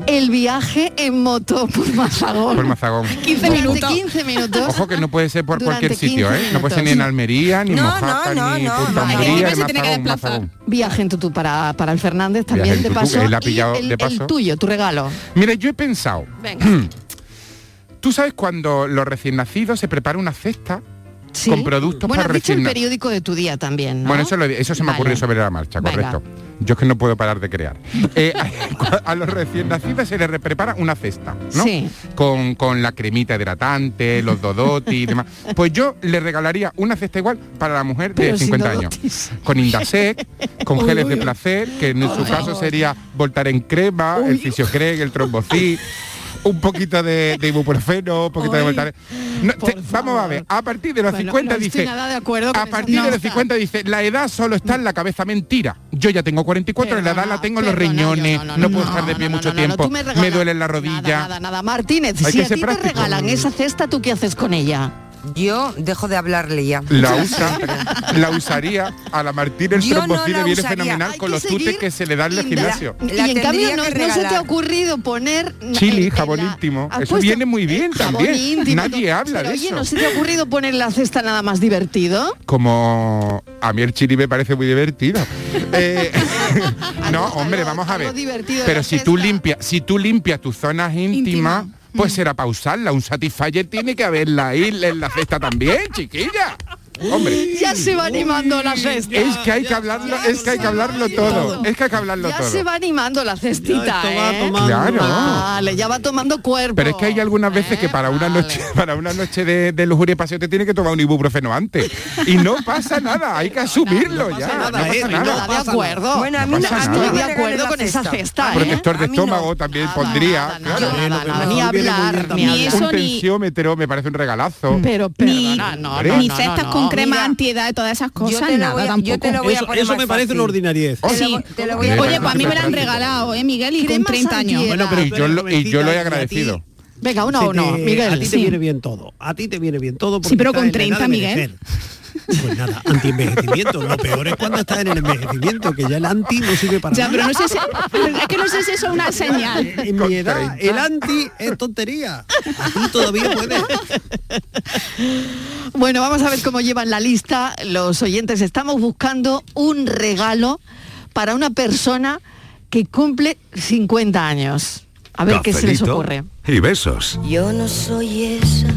Speaker 3: El viaje en moto por Mazagón.
Speaker 6: Por Mazagón.
Speaker 3: 15 minutos. 15 minutos.
Speaker 6: Ojo que no puede ser por
Speaker 3: Durante
Speaker 6: cualquier sitio,
Speaker 3: 15
Speaker 6: ¿eh? No puede ser ni en
Speaker 3: minutos.
Speaker 6: Almería, ni en
Speaker 3: No,
Speaker 6: Mojácar,
Speaker 3: no, no,
Speaker 6: ni en
Speaker 3: no,
Speaker 6: Punta
Speaker 3: no.
Speaker 6: Umbría,
Speaker 3: Hay
Speaker 6: ni
Speaker 3: gente que se tiene que
Speaker 6: Mazagón, Mazagón.
Speaker 3: Viaje en Tutú para, para el Fernández
Speaker 6: Viaje en
Speaker 3: también de
Speaker 6: Tutú,
Speaker 3: paso.
Speaker 6: él la ha
Speaker 3: y
Speaker 6: pillado
Speaker 3: el,
Speaker 6: de
Speaker 3: el
Speaker 6: paso.
Speaker 3: tuyo, tu regalo.
Speaker 6: Mira, yo he pensado. Hmm.
Speaker 3: Venga.
Speaker 6: Tú sabes cuando los recién nacidos se prepara una cesta
Speaker 3: Sí.
Speaker 6: con productos
Speaker 3: bueno,
Speaker 6: para
Speaker 3: has dicho
Speaker 6: recién
Speaker 3: el
Speaker 6: nacidos.
Speaker 3: periódico de tu día también, ¿no?
Speaker 6: Bueno, eso, lo- eso se me
Speaker 3: Vale.
Speaker 6: ocurrió sobre la marcha,
Speaker 3: Venga.
Speaker 6: correcto. Yo es que no puedo parar de crear. Eh, a, a los recién nacidos se les re- prepara una cesta, ¿no?
Speaker 3: Sí.
Speaker 6: Con, con la cremita hidratante, los dodotis y demás. Pues yo le regalaría una cesta igual para la mujer
Speaker 3: Pero
Speaker 6: de
Speaker 3: sin
Speaker 6: 50 años.
Speaker 3: dodotis.
Speaker 6: Con Indasec, con
Speaker 3: Uy,
Speaker 6: geles de
Speaker 3: uy.
Speaker 6: placer, que en su
Speaker 3: Por
Speaker 6: caso
Speaker 3: favor.
Speaker 6: sería Voltaren crema, el fisiocreg, el trombocí. Un poquito de, de ibuprofeno, un poquito de
Speaker 3: Uy,
Speaker 6: Voltaren. No, te- vamos a ver, a partir de los
Speaker 3: Bueno,
Speaker 6: 50
Speaker 3: no
Speaker 6: dice,
Speaker 3: estoy nada de acuerdo con
Speaker 6: a
Speaker 3: esa
Speaker 6: partir de los
Speaker 3: lista.
Speaker 6: 50 dice, la edad solo está en la cabeza, mentira. Yo ya tengo 44, la edad la tengo en los riñones, no, puedo estar de pie mucho tiempo,
Speaker 3: tú me
Speaker 6: me,
Speaker 3: regalas
Speaker 6: duele la rodilla.
Speaker 3: Nada, nada, Martínez,
Speaker 6: Hay
Speaker 3: si
Speaker 6: que
Speaker 3: a
Speaker 6: ser
Speaker 3: ti
Speaker 6: práctico.
Speaker 3: te regalan esa cesta, ¿tú qué haces Pues con ella?
Speaker 7: Yo dejo de hablarle ya.
Speaker 6: La usa, la usaría a la Martín el
Speaker 7: Yo no
Speaker 6: trombocine
Speaker 7: la
Speaker 6: viene
Speaker 7: usaría.
Speaker 6: fenomenal
Speaker 7: Hay
Speaker 6: con
Speaker 7: que
Speaker 6: los tutes
Speaker 7: seguir
Speaker 6: que se le dan en el gimnasio.
Speaker 3: Y en cambio no, no se te ha ocurrido poner
Speaker 6: Chili,
Speaker 3: en- en
Speaker 6: jabón
Speaker 3: la-
Speaker 6: íntimo.
Speaker 3: has
Speaker 6: Eso
Speaker 3: puesto
Speaker 6: viene muy bien
Speaker 3: jabón
Speaker 6: también.
Speaker 3: íntimo,
Speaker 6: Nadie
Speaker 3: todo.
Speaker 6: habla
Speaker 3: Pero,
Speaker 6: de
Speaker 3: oye,
Speaker 6: eso.
Speaker 3: ¿no se te ha ocurrido poner en la cesta nada más divertido?
Speaker 6: Como a mí el chili me parece muy divertido. Eh, no, hombre, vamos a ver.
Speaker 3: divertido de
Speaker 6: Pero
Speaker 3: la
Speaker 6: si tú limpias, si tú limpias tus zonas íntimas, pues será pausarla. Un satisfyer tiene que haberla ahí en la cesta también, chiquilla. Hombre.
Speaker 3: Ya se va animando la cesta.
Speaker 6: Es que hay que hablarlo, es que hay que hablarlo todo. Es que hay que hablarlo
Speaker 3: Ya se
Speaker 6: todo.
Speaker 3: va animando la cestita,
Speaker 6: esto va
Speaker 3: ¿eh?
Speaker 6: tomando- Claro.
Speaker 3: Vale, ya va tomando cuerpo.
Speaker 6: Pero es que hay algunas veces que para una noche, para una noche de, de lujuria y pasión te tiene que tomar un ibuprofeno antes. Y no pasa nada, hay que asumirlo ya. no pasa nada.
Speaker 3: de acuerdo.
Speaker 7: Bueno, a mí
Speaker 6: No
Speaker 7: no,
Speaker 6: pasa
Speaker 7: a mí
Speaker 6: nada. Ah,
Speaker 7: no me
Speaker 3: Estoy de acuerdo
Speaker 7: regalan
Speaker 3: con
Speaker 7: la
Speaker 3: esa cesta, ¿eh?
Speaker 6: Protector de estómago también pondría. claro.
Speaker 3: ni hablar, ni
Speaker 6: Un
Speaker 3: hablar.
Speaker 6: tensiómetro me parece un regalazo.
Speaker 3: Pero
Speaker 6: ni,
Speaker 3: no,
Speaker 8: ni cestas con crema antiedad y todas esas cosas,
Speaker 7: te lo
Speaker 8: nada
Speaker 7: voy a-
Speaker 8: tampoco.
Speaker 7: yo te lo voy a Eso- poner eso más me parece fácil. una
Speaker 5: ordinariez.
Speaker 8: Sí.
Speaker 7: te lo
Speaker 6: voy a
Speaker 8: Oye,
Speaker 6: poner
Speaker 8: pues a mí me la han
Speaker 6: fácil.
Speaker 8: regalado, ¿eh, Miguel? Y con 30 años.
Speaker 6: y yo, lo, y yo lo he agradecido.
Speaker 3: Venga,
Speaker 5: una
Speaker 3: o Ah, no, Miguel.
Speaker 5: A ti te
Speaker 3: Sí.
Speaker 5: viene bien todo. A ti te viene bien todo.
Speaker 3: Sí, pero
Speaker 5: estás
Speaker 3: con
Speaker 5: en la edad
Speaker 3: 30,
Speaker 5: de
Speaker 3: Miguel.
Speaker 5: merecer. Pues nada, anti-envejecimiento. Lo peor es cuando estás en el envejecimiento, que ya el anti no sirve para
Speaker 8: Ya,
Speaker 5: nada.
Speaker 8: pero no sé si, es que no sé si eso es una señal.
Speaker 5: En mi edad, el anti es tontería. Aquí todavía puedes.
Speaker 3: Bueno, vamos a ver cómo llevan la lista los oyentes. Estamos buscando un regalo para una persona que cumple 50 años. A ver qué se les
Speaker 10: Cafelito
Speaker 3: ocurre.
Speaker 10: Y besos.
Speaker 9: Yo no soy esa.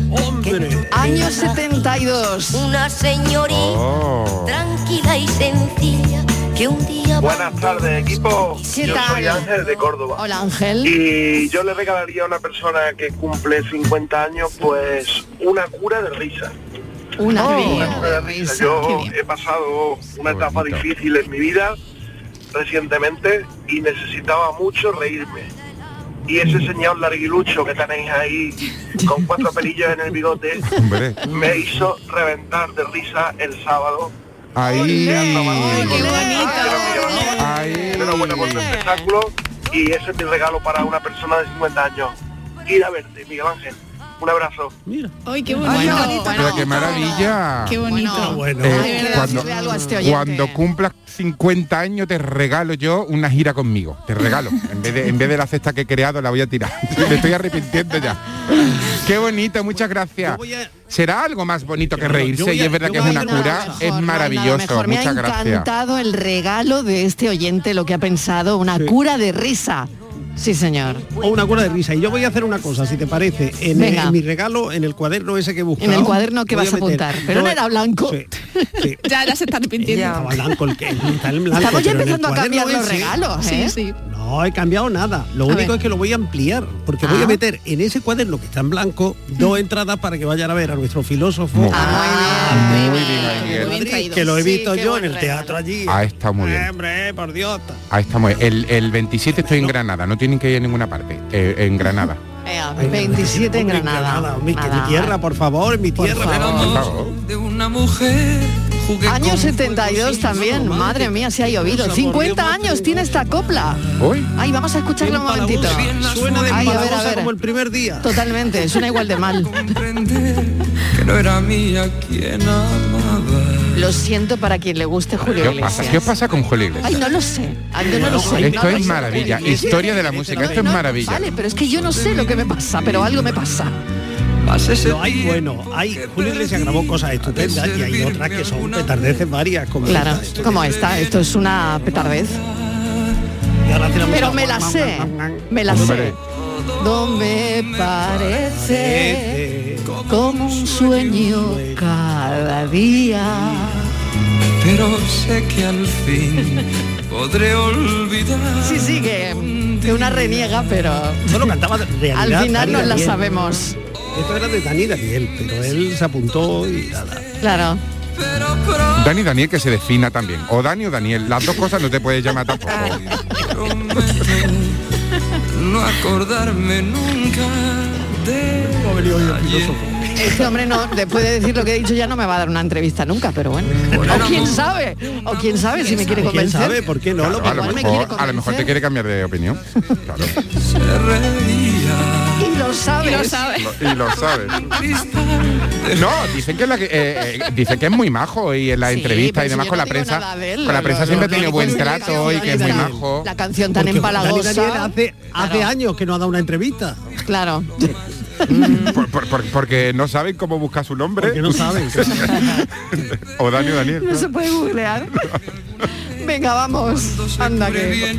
Speaker 3: Año 72.
Speaker 9: Una señorita
Speaker 10: Oh.
Speaker 9: tranquila y sencilla que un día...
Speaker 11: Buenas tardes, equipo.
Speaker 9: ¿Qué
Speaker 11: yo
Speaker 9: tal?
Speaker 11: soy Ángel de Córdoba.
Speaker 3: Hola, Ángel.
Speaker 11: Y yo le regalaría a una persona que cumple 50 años, pues, una cura de risa.
Speaker 3: Una
Speaker 11: Una cura de risa. Yo he pasado una etapa difícil en mi vida recientemente y necesitaba mucho reírme. Y ese señor larguilucho que tenéis ahí con cuatro pelillos en el bigote
Speaker 6: Hombre.
Speaker 11: me hizo reventar de risa el sábado
Speaker 6: Ahí anda Manuel.
Speaker 11: Pero bueno, por el espectáculo y ese es mi regalo para una persona de 50 años. Ir a verte, Miguel Ángel. Un abrazo.
Speaker 8: Ay, qué
Speaker 11: Ay,
Speaker 8: bonito.
Speaker 6: Pero qué maravilla.
Speaker 8: Qué bonito.
Speaker 6: Eh,
Speaker 8: Ah, Ay, de verdad,
Speaker 6: cuando,
Speaker 8: dile algo a este oyente.
Speaker 6: cuando cumplas 50 años te regalo yo una gira conmigo. Te regalo. En vez de, en vez de la cesta que he creado la voy a tirar. Me estoy arrepintiendo ya. Qué bonito, muchas gracias. Será algo más bonito que
Speaker 5: yo voy
Speaker 6: reírse
Speaker 5: a-
Speaker 6: y es verdad
Speaker 5: yo
Speaker 6: que es
Speaker 5: voy a
Speaker 6: una
Speaker 5: hacer una
Speaker 6: cura.
Speaker 5: cosa.
Speaker 6: es maravilloso.
Speaker 3: Mejor me ha
Speaker 6: muchas gracias.
Speaker 3: encantado el regalo de este oyente, lo que ha pensado, una cura de risa. Sí, señor.
Speaker 5: O una cura de risa. Y yo voy a hacer una cosa, si te parece. En,
Speaker 3: Venga.
Speaker 5: en mi regalo, en el cuaderno ese que he buscado.
Speaker 3: En el cuaderno que
Speaker 5: voy
Speaker 3: vas a
Speaker 5: meter
Speaker 3: apuntar. Pero no
Speaker 5: dos-
Speaker 3: era blanco.
Speaker 8: Ya, ya se está arrepintiendo.
Speaker 5: Estaba blanco el que está en blanco,
Speaker 3: Estamos ya
Speaker 5: pero en el
Speaker 3: empezando a
Speaker 5: cuaderno
Speaker 3: cambiar los
Speaker 5: ese-
Speaker 3: regalos, ¿eh?
Speaker 5: No he cambiado nada. Lo
Speaker 3: A
Speaker 5: único
Speaker 3: ver.
Speaker 5: es que lo voy a ampliar, porque voy
Speaker 3: Ah.
Speaker 5: a meter en ese cuaderno que está en blanco dos entradas para que vayan a ver a nuestro filósofo. Ah,
Speaker 6: Muy bien, Miguel.
Speaker 5: Madrid, que lo he visto yo en el teatro allí.
Speaker 6: Ah, está muy bien.
Speaker 5: Hombre, por Dios. está-
Speaker 6: Ahí estamos. El, el 27 estoy en Granada, no tienen que ir a ninguna parte. Eh, en Granada.
Speaker 3: Ea, 27 en Granada.
Speaker 5: Mi, que mi tierra, por favor, mi tierra.
Speaker 6: Por favor.
Speaker 3: De una mujer. Año 72 también, madre mía, se ha llovido. 50 años tiene esta copla.
Speaker 6: Hoy.
Speaker 3: Ay, vamos a escucharla un momentito.
Speaker 5: Suena de
Speaker 3: Ay, a ver, a
Speaker 5: empalagosa
Speaker 3: ver.
Speaker 5: como el primer día.
Speaker 3: Totalmente, suena igual de mal.
Speaker 12: que no era mía quien amaba.
Speaker 3: Lo siento para quien le guste Julio
Speaker 6: ¿Qué os pasa?
Speaker 3: Iglesias.
Speaker 6: ¿Qué os pasa con Julio
Speaker 3: Ay,
Speaker 6: Iglesias?
Speaker 3: no lo sé. Ay, yo no lo sé.
Speaker 6: Esto
Speaker 3: No lo
Speaker 6: es
Speaker 3: sé.
Speaker 6: maravilla, historia de la música, esto es
Speaker 3: No,
Speaker 6: maravilla.
Speaker 3: Vale, pero es que yo no sé lo que me pasa, pero algo me pasa.
Speaker 5: No, hay bueno, hay Julio Iglesias grabó cosas estupendas y hay otras que son petardeces varias como
Speaker 3: Claro,
Speaker 5: esta.
Speaker 3: como está, esto es una petardez. Pero me la sé, me la sé. No me parece como un sueño cada día.
Speaker 1: Pero sé que al fin podré olvidar.
Speaker 3: Sí, sí, que, que una reniega, pero
Speaker 5: Solo cantaba de realidad,
Speaker 3: al final
Speaker 5: Dani
Speaker 3: no la
Speaker 5: Daniel.
Speaker 3: sabemos.
Speaker 5: Esto era de Dani Daniel, pero él se apuntó y nada.
Speaker 3: Claro.
Speaker 6: Dani Daniel que se defina también. O Dani o Daniel. Las dos cosas no te puedes llamar tampoco.
Speaker 3: Ah,
Speaker 1: No acordarme nunca de
Speaker 3: Este hombre no, después de decir lo que he dicho ya no me va a dar una entrevista nunca, pero bueno. O quién sabe, o quién sabe si me quiere
Speaker 5: pues, ¿Quién
Speaker 3: convencer.
Speaker 5: sabe por qué no?
Speaker 6: Claro, a, lo
Speaker 3: Igual me
Speaker 6: mejor,
Speaker 3: quiere
Speaker 6: a lo mejor te
Speaker 3: convencer.
Speaker 6: quiere cambiar de opinión. Claro.
Speaker 3: Y lo sabes.
Speaker 6: y lo sabes. No, dicen que, la que- eh, eh, dicen que es muy majo y en la
Speaker 3: Sí,
Speaker 6: entrevista
Speaker 3: pero
Speaker 6: y
Speaker 3: si
Speaker 6: demás
Speaker 3: yo
Speaker 6: con la
Speaker 3: no digo
Speaker 6: prensa.
Speaker 3: nada de él,
Speaker 6: Con la
Speaker 3: lo-
Speaker 6: prensa
Speaker 3: lo-
Speaker 6: siempre ha
Speaker 3: lo
Speaker 6: tenido
Speaker 3: que
Speaker 6: buen
Speaker 3: pone la
Speaker 6: trato y
Speaker 3: canción
Speaker 6: que es muy
Speaker 3: Dani Daniel.
Speaker 6: majo.
Speaker 3: La canción tan
Speaker 5: Porque Dani Daniel
Speaker 3: empalagosa.
Speaker 5: hace, hace años que no ha dado una entrevista.
Speaker 3: Claro.
Speaker 6: Por- por- por- porque no saben cómo buscar su nombre. Porque no saben. o Dani o Daniel.
Speaker 3: No se puede googlear. Venga, vamos. Anda que.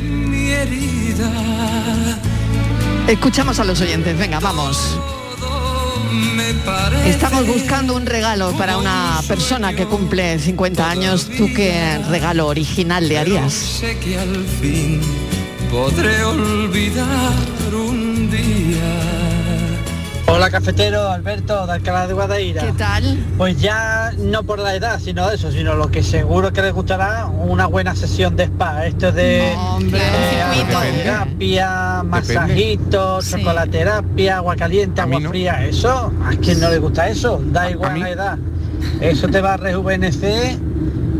Speaker 3: Escuchamos a los oyentes, venga, vamos. Estamos buscando un regalo para una persona que cumple 50 años. ¿Tú qué regalo original le harías?
Speaker 1: Sé que al fin podré olvidar un día.
Speaker 12: Hola cafetero, Alberto de Alcalá de Guadaira. ¿Qué
Speaker 3: tal?
Speaker 12: Pues ya no por la edad, sino eso, sino lo que seguro que les gustará, una buena sesión de spa. Esto es de eh, aromaterapia, masajitos, chocolaterapia, agua caliente, agua fría, eso, ¿a quién no le gusta eso? Da igual la edad. Eso te va a rejuvenecer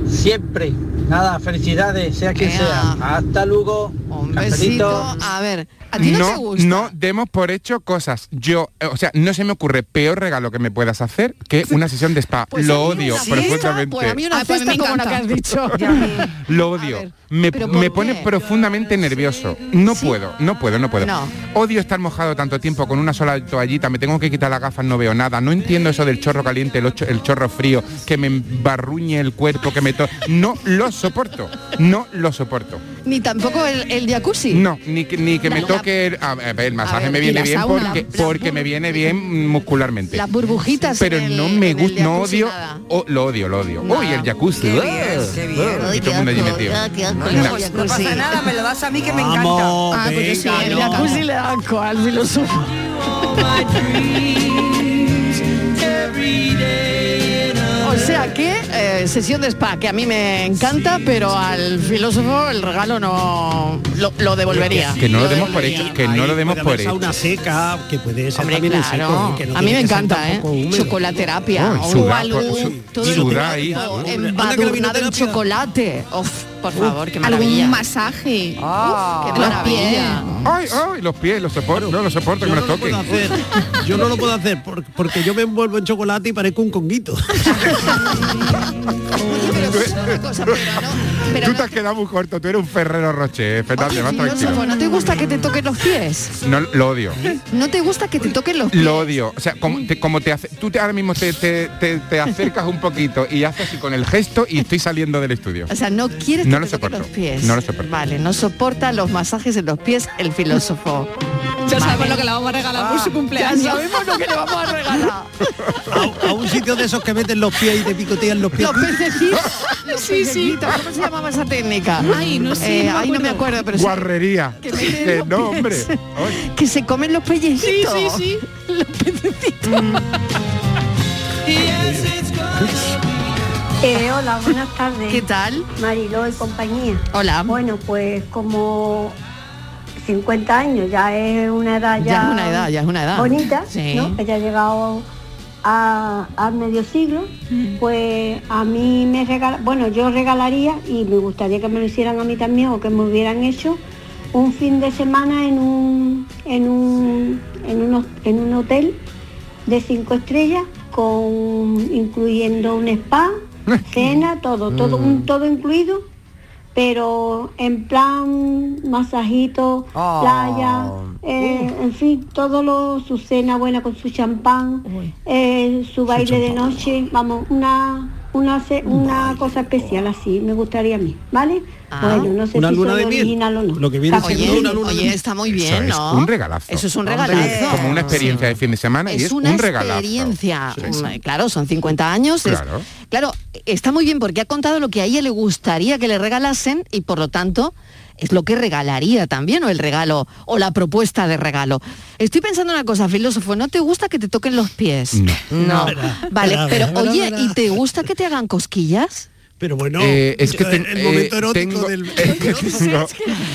Speaker 12: siempre. Nada, felicidades, sea quien sea. Hasta luego. Un
Speaker 3: A ver, ¿a ti no, te
Speaker 6: No,
Speaker 3: gusta?
Speaker 6: no demos por hecho cosas. Yo, eh, o sea, no se me ocurre peor regalo que me puedas hacer que una sesión de spa. Lo odio
Speaker 3: Pues ¿Sí?
Speaker 6: profundamente.
Speaker 3: Pues a mí una
Speaker 1: Ah, pues a mí
Speaker 3: fiesta
Speaker 1: me
Speaker 3: como la que has
Speaker 1: encanta.
Speaker 3: dicho.
Speaker 6: Lo odio. me
Speaker 3: ¿pero
Speaker 6: me
Speaker 3: por
Speaker 6: pone
Speaker 3: qué?
Speaker 6: profundamente nervioso. No puedo, no puedo, no puedo.
Speaker 3: No.
Speaker 6: Odio estar mojado tanto tiempo con una sola toallita. Me tengo que quitar las gafas, no veo nada. No entiendo eso del chorro caliente, el, ocho- el chorro frío, que me embarruñe el cuerpo, que me... to- No lo soporto. No lo soporto.
Speaker 3: Ni tampoco el, el jacuzzi.
Speaker 6: No, ni que, ni que me
Speaker 3: La-
Speaker 6: toque el, a ver, el masaje
Speaker 3: ver,
Speaker 6: me
Speaker 3: y
Speaker 6: viene
Speaker 3: la
Speaker 6: bien
Speaker 3: sauna,
Speaker 6: porque,
Speaker 3: las
Speaker 6: porque me viene bien muscularmente.
Speaker 3: Las burbujitas
Speaker 6: Pero
Speaker 3: en el-
Speaker 6: no me
Speaker 3: en el
Speaker 6: gusta, no
Speaker 3: jacuzzi,
Speaker 6: odio,
Speaker 3: nada.
Speaker 6: o- lo odio, lo odio. Uy, el jacuzzi.
Speaker 7: Qué
Speaker 6: ugh,
Speaker 7: bien, qué bien.
Speaker 6: ugh, y todo el mundo allí metido. Nah.
Speaker 7: Pues no pasa nada, me lo das a mí que me
Speaker 6: Vamos,
Speaker 7: encanta.
Speaker 6: Ah, porque sí, venga, el no. jacuzzi
Speaker 3: le da asco al filósofo. O sea que eh, sesión de spa que a mí me encanta, pero al filósofo el regalo no lo, lo devolvería.
Speaker 6: Que no lo demos por hecho, que no lo demos por
Speaker 5: Esa
Speaker 6: hecho.
Speaker 5: una seca, que puede ser
Speaker 3: Hombre,
Speaker 5: también un
Speaker 3: claro.
Speaker 5: seco, que no
Speaker 3: a mí
Speaker 5: tiene
Speaker 3: me
Speaker 5: que ser
Speaker 3: encanta, ¿eh?
Speaker 5: tampoco húmedo.
Speaker 3: Chocolate-terapia,
Speaker 5: Oh,
Speaker 3: o
Speaker 5: y sudar,
Speaker 3: algún-
Speaker 5: su-
Speaker 3: todo el
Speaker 5: sudar ahí,
Speaker 3: cuerpo
Speaker 5: hombre.
Speaker 3: embadurnado en chocolate. Uf, por favor, qué maravilla.
Speaker 8: Algún masaje.
Speaker 3: Uf, qué
Speaker 8: los pies.
Speaker 3: maravilla.
Speaker 6: Ay, ay, los pies, los soporto, no los soporto, que me los toquen.
Speaker 5: Yo no lo puedo hacer por- porque yo me envuelvo en chocolate y parezco un conguito.
Speaker 6: eh, tú te has quedado muy corto, tú eres un ferrero roche, eh, Fernández, más
Speaker 3: Filósofo,
Speaker 6: tranquilo.
Speaker 3: ¿no te gusta que te toquen los pies?
Speaker 6: No, lo odio.
Speaker 3: ¿No te gusta que te toquen los pies?
Speaker 6: Lo odio. O sea, como te, como te hace, tú te, ahora mismo te, te- te- te acercas un poquito y haces así con el gesto y estoy saliendo del estudio.
Speaker 3: O sea, no quieres
Speaker 6: No lo
Speaker 3: que te toquen
Speaker 6: soporto.
Speaker 3: los pies.
Speaker 6: No lo soporto.
Speaker 3: Vale, no soporta los masajes en los pies el filósofo.
Speaker 8: Ya
Speaker 3: Vale. Ah,
Speaker 8: sabemos lo que le vamos a regalar por su cumpleaños.
Speaker 3: Ya sabemos lo que le vamos a regalar.
Speaker 5: A, a un sitio de esos que meten los pies y te picotean los pies.
Speaker 3: Los pececitos. los
Speaker 8: Sí, sí.
Speaker 3: pececitos, ¿Cómo se llamaba esa técnica?
Speaker 8: Ay, no sé,
Speaker 3: Eh,
Speaker 8: no me
Speaker 3: ay, no me acuerdo, pero sí,
Speaker 6: Guarrería.
Speaker 3: Que me den
Speaker 6: Que
Speaker 3: los
Speaker 6: no, hombre.
Speaker 3: pies. que se comen los pellejitos.
Speaker 8: Sí, sí,
Speaker 3: Los pececitos.
Speaker 13: Eh, hola, buenas tardes.
Speaker 3: ¿Qué tal?
Speaker 13: Mariló y compañía.
Speaker 3: Hola.
Speaker 13: Bueno, pues como 50 años, ya es una edad ya,
Speaker 3: Ya es una edad, ya es una edad.
Speaker 13: bonita,
Speaker 3: Sí.
Speaker 13: ¿no? Que ya ha llegado a, a medio siglo.
Speaker 3: Mm.
Speaker 13: Pues a mí me regala, bueno, yo regalaría y me gustaría que me lo hicieran a mí también o que me hubieran hecho un fin de semana en un en un en un, ho- en un hotel de cinco estrellas con incluyendo un spa, cena, todo, todo, un todo incluido, pero en plan masajito,
Speaker 7: Ah.
Speaker 13: playa, eh, en fin, todo lo, su cena buena con su champán, eh, su baile de noche, vamos, una una ce- una cosa especial así me gustaría a mí, ¿vale?
Speaker 3: Ah.
Speaker 13: Bueno, no sé
Speaker 5: Una
Speaker 13: si
Speaker 5: luna
Speaker 13: soy
Speaker 5: de miel.
Speaker 13: original o no.
Speaker 5: Lo que viene
Speaker 3: Oye,
Speaker 5: siendo una luna de
Speaker 3: oye,
Speaker 5: miel.
Speaker 3: está muy bien,
Speaker 6: Eso es
Speaker 3: ¿no?
Speaker 6: un regalazo.
Speaker 3: Eso es un
Speaker 6: Hombre,
Speaker 3: regalazo.
Speaker 6: Como una experiencia de fin de semana y
Speaker 3: es
Speaker 6: es
Speaker 3: una
Speaker 6: un regalazo.
Speaker 3: experiencia. Mm, Claro, son 50 años. es-
Speaker 6: Claro.
Speaker 3: claro, está muy bien porque ha contado lo que a ella le gustaría que le regalasen y por lo tanto es lo que regalaría también o el regalo o la propuesta de regalo. Estoy pensando una cosa, filósofo, ¿no te gusta que te toquen los pies? No.
Speaker 5: No. Verá,
Speaker 3: Vale,
Speaker 5: verá,
Speaker 3: pero
Speaker 5: verá,
Speaker 3: oye,
Speaker 5: verá.
Speaker 3: ¿y te gusta que te hagan cosquillas?
Speaker 5: Pero bueno,
Speaker 6: Eh, es que
Speaker 5: el,
Speaker 6: ten-
Speaker 5: el
Speaker 6: eh,
Speaker 5: momento erótico
Speaker 6: tengo-
Speaker 5: del...
Speaker 6: No.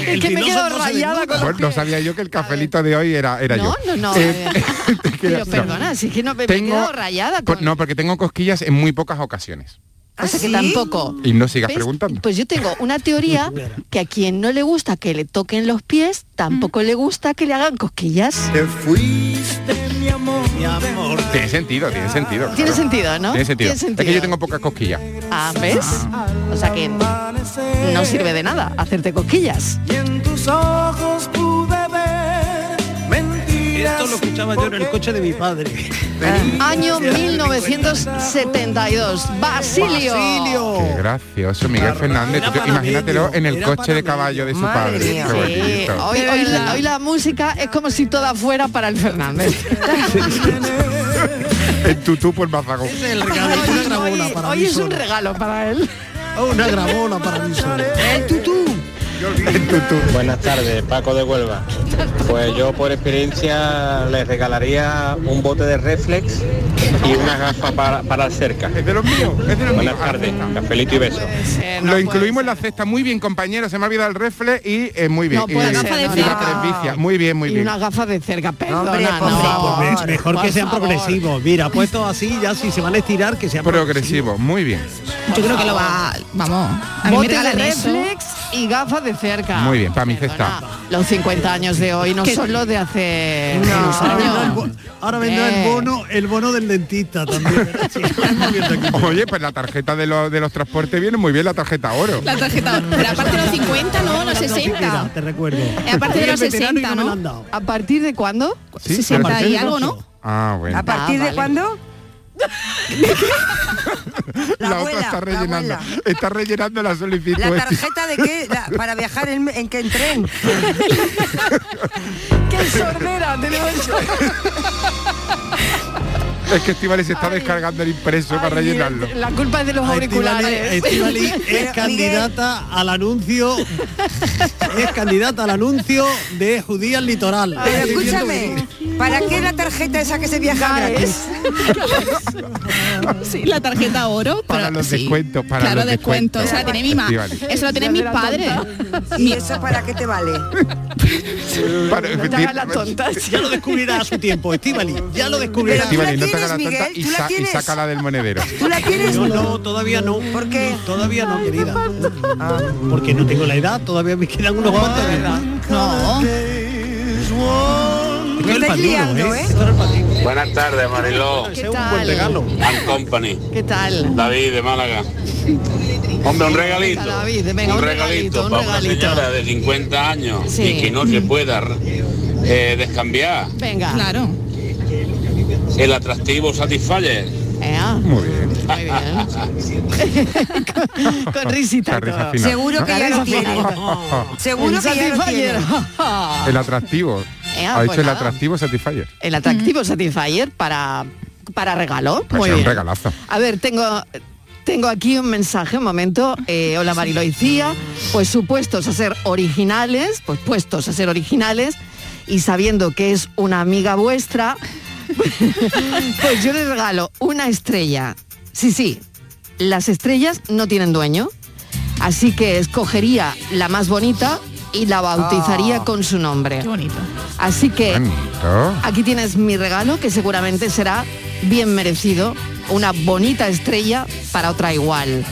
Speaker 3: Es que me he quedado rayada con los
Speaker 6: Bueno, no sabía yo que el cafelito de hoy era, era yo.
Speaker 3: No, no, no.
Speaker 6: Eh,
Speaker 3: eh, pero
Speaker 6: no.
Speaker 3: perdona, si es que no me, me he
Speaker 6: Tengo-
Speaker 3: quedado rayada con...
Speaker 6: Por- ¿Ah, no, porque tengo cosquillas en muy pocas ocasiones.
Speaker 3: o sea que tampoco.
Speaker 6: Y no sigas
Speaker 3: ¿Ves?
Speaker 6: preguntando.
Speaker 3: Pues yo tengo una teoría que a quien no le gusta que le toquen los pies, tampoco le gusta que le hagan cosquillas.
Speaker 6: Te fuiste, mi amor. Tiene sentido, tiene sentido.
Speaker 3: Tiene sentido, ¿no?
Speaker 6: Tiene sentido.
Speaker 3: Tiene
Speaker 6: Es que
Speaker 3: sentido.
Speaker 6: yo tengo pocas cosquillas.
Speaker 3: Ah, ¿ves? O sea que no sirve de nada hacerte cosquillas.
Speaker 1: Y en tus ojos pude ver mentiras.
Speaker 5: Esto lo escuchaba yo en el coche de mi padre.
Speaker 3: Año 1972. Basilio.
Speaker 6: Qué gracioso, Miguel Fernández. Tú te- imagínatelo en el coche de caballo de su padre. Qué
Speaker 3: Sí,
Speaker 6: bonito.
Speaker 3: hoy, hoy la, hoy la música es como si toda fuera para el Fernández.
Speaker 6: En tutú por mazagón.
Speaker 3: Hoy es un regalo para él.
Speaker 5: Oh, Una grabona para mí solo.
Speaker 3: El tutú.
Speaker 14: Buenas tardes, Paco de Huelva. Pues yo por experiencia les regalaría un bote de reflex y una gafa para, para el cerca. Es de los míos, es de los Buenas tardes, cafelito y beso.
Speaker 3: Eh,
Speaker 6: Lo incluimos en la cesta. Muy bien, compañero. Se me ha olvidado el refle y eh, muy bien.
Speaker 3: No puede
Speaker 6: Y-
Speaker 3: ser,
Speaker 6: y
Speaker 3: no,
Speaker 6: la
Speaker 3: no.
Speaker 6: presbicia. Muy bien, muy
Speaker 3: Y
Speaker 6: bien.
Speaker 3: unas gafas de cerca, perdona,
Speaker 5: Hombre, por
Speaker 3: no.
Speaker 5: favor, me- mejor
Speaker 3: por
Speaker 5: que sean
Speaker 3: favor.
Speaker 5: progresivos. Mira, puesto así, ya si se van a estirar, que sean
Speaker 6: progresivo. Muy bien.
Speaker 3: Yo creo que lo
Speaker 8: va-
Speaker 3: vamos.
Speaker 8: ah, a mí me
Speaker 3: Bote de
Speaker 8: regalan eso.
Speaker 3: reflex y gafas de cerca.
Speaker 6: Muy bien, para mi cesta.
Speaker 3: Los 50 años de hoy no son los de hace unos
Speaker 5: Ahora vendrá el
Speaker 3: años.
Speaker 5: bo- Ahora vendrá el
Speaker 3: Eh.
Speaker 5: bono, el bono del dentista también.
Speaker 6: Oye, pues la tarjeta de los, de los transportes viene muy bien, la tarjeta oro.
Speaker 8: La tarjeta, pero aparte de los 50, no, los 60.
Speaker 5: Te recuerdo.
Speaker 8: Eh, aparte de los 60, ¿no?
Speaker 3: ¿A partir de cuándo?
Speaker 6: Sí,
Speaker 8: 60
Speaker 6: a partir
Speaker 8: y
Speaker 6: de
Speaker 8: algo, ¿no?
Speaker 6: ocho. Ah, bueno.
Speaker 7: ¿A partir de cuándo?
Speaker 6: La, otra está rellenando. Está rellenando la solicitud.
Speaker 7: ¿La tarjeta de qué? La- ¿Para viajar en, en qué tren?
Speaker 3: ¡Qué sordera tenemos!
Speaker 6: Es que Estivali se está descargando el impreso para rellenarlo.
Speaker 3: La culpa es de los auriculares.
Speaker 5: Estivali es
Speaker 3: Pero,
Speaker 5: candidata al anuncio. Es candidata al anuncio de Judía al Litoral.
Speaker 7: Pero
Speaker 5: Estoy viendo
Speaker 7: escúchame, ¿para qué la tarjeta esa que se viaja
Speaker 8: Ya
Speaker 7: gratis?
Speaker 8: Sí, la tarjeta oro.
Speaker 6: Para
Speaker 8: pero
Speaker 6: los
Speaker 8: sí.
Speaker 6: descuentos, para
Speaker 8: claro,
Speaker 6: los
Speaker 8: descuento.
Speaker 6: descuentos.
Speaker 8: Eso la tiene mi mamá.
Speaker 6: Estivali.
Speaker 8: Eso lo tienen mis padres.
Speaker 7: ¿Y eso para qué te vale?
Speaker 6: Para-
Speaker 5: que- Ya lo descubrirá a su tiempo, Estivali. Ya lo descubrirá.
Speaker 6: Estivali, no te hagas la tonta y, sa- y sácala del monedero.
Speaker 5: Yo no, todavía no. ¿Por qué? Todavía no, querida. Porque no tengo la edad, todavía me quedan unos cuantos de edad.
Speaker 3: No.
Speaker 5: Esto era el padrino, ¿eh?
Speaker 15: Buenas tardes, Mariló.
Speaker 3: ¿Qué tal?
Speaker 15: And Company.
Speaker 3: ¿Qué tal?
Speaker 15: David de Málaga. Hombre, un regalito.
Speaker 3: Venga, David, venga, un regalito, un
Speaker 15: para una
Speaker 3: regalito.
Speaker 15: señora de 50 años
Speaker 3: Sí.
Speaker 15: y que no se pueda eh, descambiar.
Speaker 3: Venga. Claro.
Speaker 15: El atractivo satisfalle.
Speaker 6: Muy bien.
Speaker 3: Muy bien. con, con risita.
Speaker 6: La
Speaker 3: y
Speaker 6: risa
Speaker 3: todo.
Speaker 6: final, Seguro ¿no?
Speaker 7: que ya lo tiene. Seguro
Speaker 3: El
Speaker 7: que ya lo tiene.
Speaker 3: Satisfyer.
Speaker 6: El atractivo.
Speaker 3: Eh,
Speaker 6: ha
Speaker 3: pues
Speaker 6: hecho el
Speaker 3: nada.
Speaker 6: atractivo Satisfyer.
Speaker 3: El atractivo Satisfyer para, para regalo.
Speaker 6: Pues
Speaker 3: Muy
Speaker 6: es un
Speaker 3: bien.
Speaker 6: regalazo.
Speaker 3: A ver, tengo... Tengo aquí un mensaje, un momento. Eh, hola Marilo y Cía. Pues supuestos a ser originales, pues puestos a ser originales y sabiendo que es una amiga vuestra, pues yo les regalo una estrella. Sí, sí, las estrellas no tienen dueño, así que escogería la más bonita y la bautizaría
Speaker 8: Ah.
Speaker 3: con su nombre. Qué bonito. Así que
Speaker 1: ¿Ah?
Speaker 3: Aquí tienes mi regalo, que seguramente será bien merecido. Una bonita estrella para otra igual.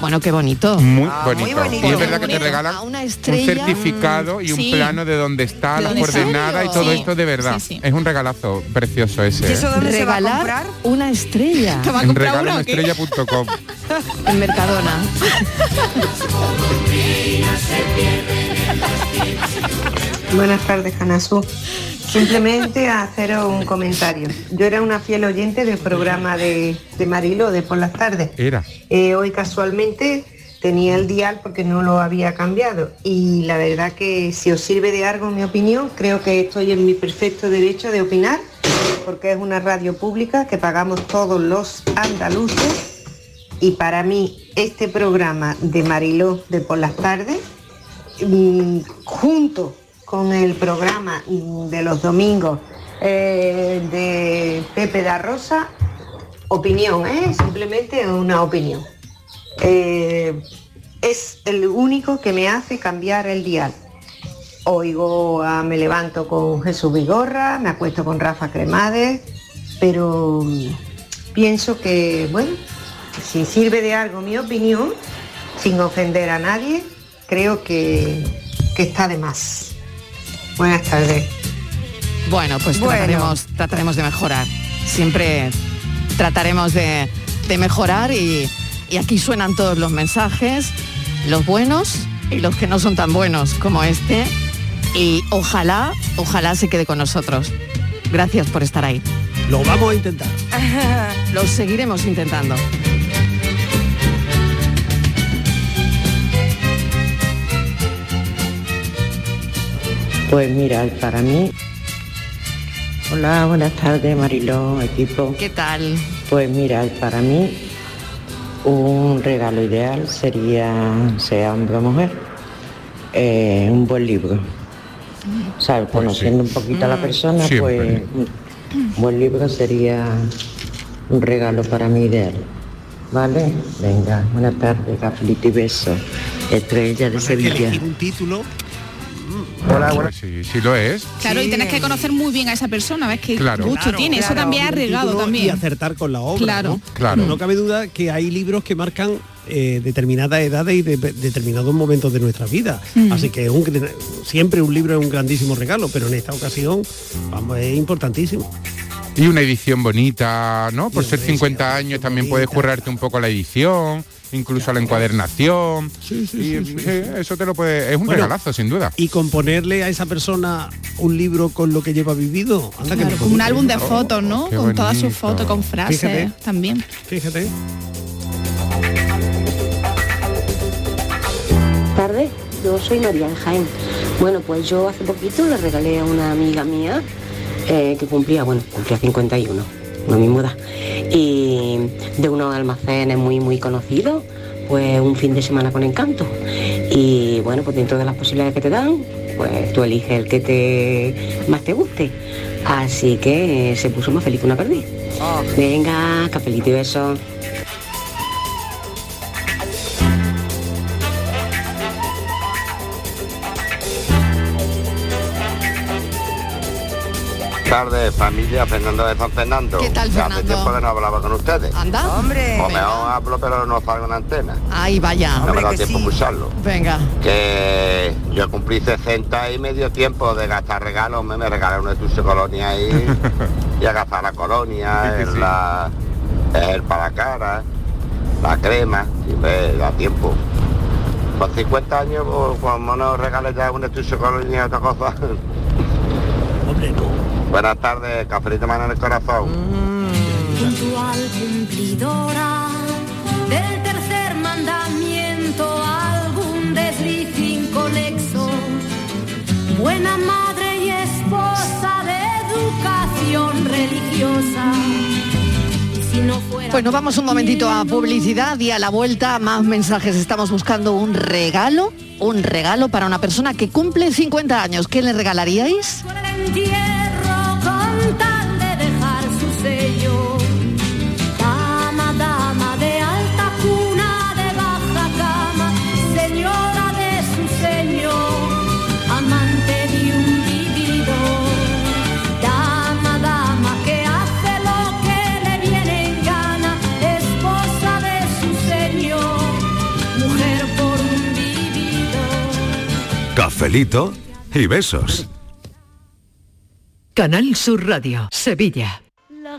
Speaker 3: Bueno, qué Ah, bonito.
Speaker 6: Muy bonito. Y es verdad que te regalan
Speaker 3: A una
Speaker 6: un
Speaker 3: estrella. mm,
Speaker 6: certificado y un
Speaker 3: sí.
Speaker 6: plano de dónde está,
Speaker 3: ¿De
Speaker 6: las
Speaker 3: dónde está?
Speaker 6: coordenadas y todo
Speaker 3: Sí.
Speaker 6: esto de verdad. Es un regalazo precioso ese. ¿eh?
Speaker 3: Regalar una estrella.
Speaker 6: en regaloestrella.com.
Speaker 3: En Mercadona.
Speaker 16: Buenas tardes, Canasú. Simplemente haceros un comentario. Yo era una fiel oyente del programa de, de Marilo de por las tardes.
Speaker 6: Era.
Speaker 16: Eh, hoy casualmente tenía el dial porque no lo había cambiado y la verdad que si os sirve de algo mi opinión, creo que estoy en mi perfecto derecho de opinar porque es una radio pública que pagamos todos los andaluces y para mí este programa de Mariló de por las tardes mm, junto con el programa mm, de los domingos eh, de Pepe da Rosa opinión, ¿eh? simplemente una opinión. Eh, es el único que me hace cambiar el dial. Oigo, a- me levanto con Jesús Vigorra, me acuesto con Rafa Cremades, pero mm, pienso que, bueno, si sirve de algo mi opinión, sin ofender a nadie, creo que, que está de más. Buenas tardes.
Speaker 3: Bueno, pues
Speaker 16: Bueno.
Speaker 3: Trataremos, trataremos de mejorar. Siempre trataremos de, de mejorar y, y aquí suenan todos los mensajes, los buenos y los que no son tan buenos como este. Y ojalá, ojalá se quede con nosotros. Gracias por estar ahí.
Speaker 5: Lo vamos a intentar.
Speaker 3: Lo seguiremos intentando.
Speaker 17: Pues mira, para mí. Hola, buenas tardes, Mariló, equipo.
Speaker 3: ¿Qué tal?
Speaker 17: Pues mira, para mí un regalo ideal sería, sea hombre o mujer, eh, un buen libro. ¿Sabes? Conociendo un poquito
Speaker 18: Mm.
Speaker 17: a la persona,
Speaker 18: Siempre.
Speaker 17: pues un buen libro sería un regalo para mí ideal. ¿Vale? Venga, buenas tardes, cafelito y beso. Estrella
Speaker 5: Pues
Speaker 17: de Sevilla.
Speaker 5: Un título.
Speaker 6: Mm. Hola, Sí, sí lo es.
Speaker 8: Claro, y tenés que conocer muy bien a esa persona, ves que
Speaker 6: Claro.
Speaker 8: gusto
Speaker 6: Claro,
Speaker 8: tiene, eso
Speaker 6: claro.
Speaker 8: también es arriesgado
Speaker 5: título Y
Speaker 8: también.
Speaker 5: acertar con la obra.
Speaker 8: Claro.
Speaker 5: ¿no?
Speaker 6: Claro.
Speaker 5: No cabe duda que hay libros que marcan eh, determinadas edades y de- determinados momentos de nuestra vida.
Speaker 19: Mm.
Speaker 5: Así que es un gran- siempre un libro es un grandísimo regalo, pero en esta ocasión vamos, es importantísimo.
Speaker 6: Y una edición bonita, ¿no? Por ser 50 años también puedes currarte un poco la edición, incluso la encuadernación. Y, sí, eso te lo puede. Es un
Speaker 5: Bueno,
Speaker 6: regalazo, sin duda.
Speaker 5: Y componerle a esa persona un libro con lo que lleva vivido. Anda que
Speaker 8: Claro,
Speaker 5: no
Speaker 8: como un
Speaker 5: podía.
Speaker 8: álbum de fotos, ¿no?
Speaker 6: Oh,
Speaker 5: qué
Speaker 8: Con todas sus
Speaker 5: bonito.
Speaker 8: fotos, con frases
Speaker 5: Fíjate.
Speaker 8: también.
Speaker 5: Fíjate.
Speaker 20: tardes, yo soy María de Jaén. Bueno, pues yo hace poquito le regalé a una amiga mía eh, que cumplía, bueno, cumplía 51, no me muda, y de unos almacenes muy, muy conocidos, pues un fin de semana con encanto. Y bueno, pues dentro de las posibilidades que te dan, pues tú eliges el que te más te guste. Así que eh, se puso más feliz que una perdiz. Venga, capelito y besos.
Speaker 21: tardes, familia Fernando de San Fernando.
Speaker 3: ¿Qué tal,
Speaker 21: Ya Hace
Speaker 3: Fernando?
Speaker 21: tiempo que no hablaba con ustedes.
Speaker 3: Anda. Hombre.
Speaker 21: O mejor hablo, pero no salgo en antena.
Speaker 3: Ay, vaya.
Speaker 21: no me da tiempo a escucharlo.
Speaker 3: Venga.
Speaker 21: Que yo cumplí 60 y medio tiempo de gastar regalos. Me, me regalaron una de tus colonias y, y a gastar la colonia, el, la, el para cara, la crema, si me da tiempo. Por 50 años, pues, como no regales ya una de tus colonias otra cosa. Buenas tardes, cafelito mano en el corazón.
Speaker 9: Puntual cumplidora del tercer mandamiento, algún desliz inconexo. Buena madre y esposa de educación religiosa. Y si no fuera
Speaker 3: Pues nos vamos un momentito a publicidad y a la vuelta más mensajes. Estamos buscando un regalo, un regalo para una persona que cumple 50 años. ¿Qué le regalaríais?
Speaker 9: el entierro con tal de dejar su sello. Dama, dama de alta cuna, de baja cama, señora de su señor, amante de un vivido. Dama, dama que hace lo que le viene en gana, esposa de su señor,
Speaker 10: cafelito y besos.
Speaker 18: Canal Sur Radio, Sevilla.
Speaker 9: La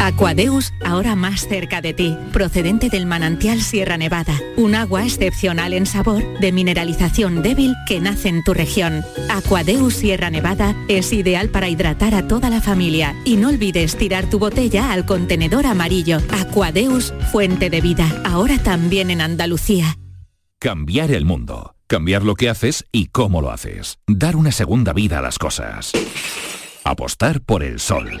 Speaker 22: Aquadeus, ahora más cerca de ti, procedente del manantial Sierra Nevada, un agua excepcional en sabor, de mineralización débil que nace en tu región. Aquadeus Sierra Nevada es ideal para hidratar a toda la familia y no olvides tirar tu botella al contenedor amarillo. Aquadeus, fuente de vida, ahora también en Andalucía.
Speaker 23: Cambiar el mundo. Cambiar lo que haces y cómo lo haces. Dar una segunda vida a las cosas. Apostar por el sol.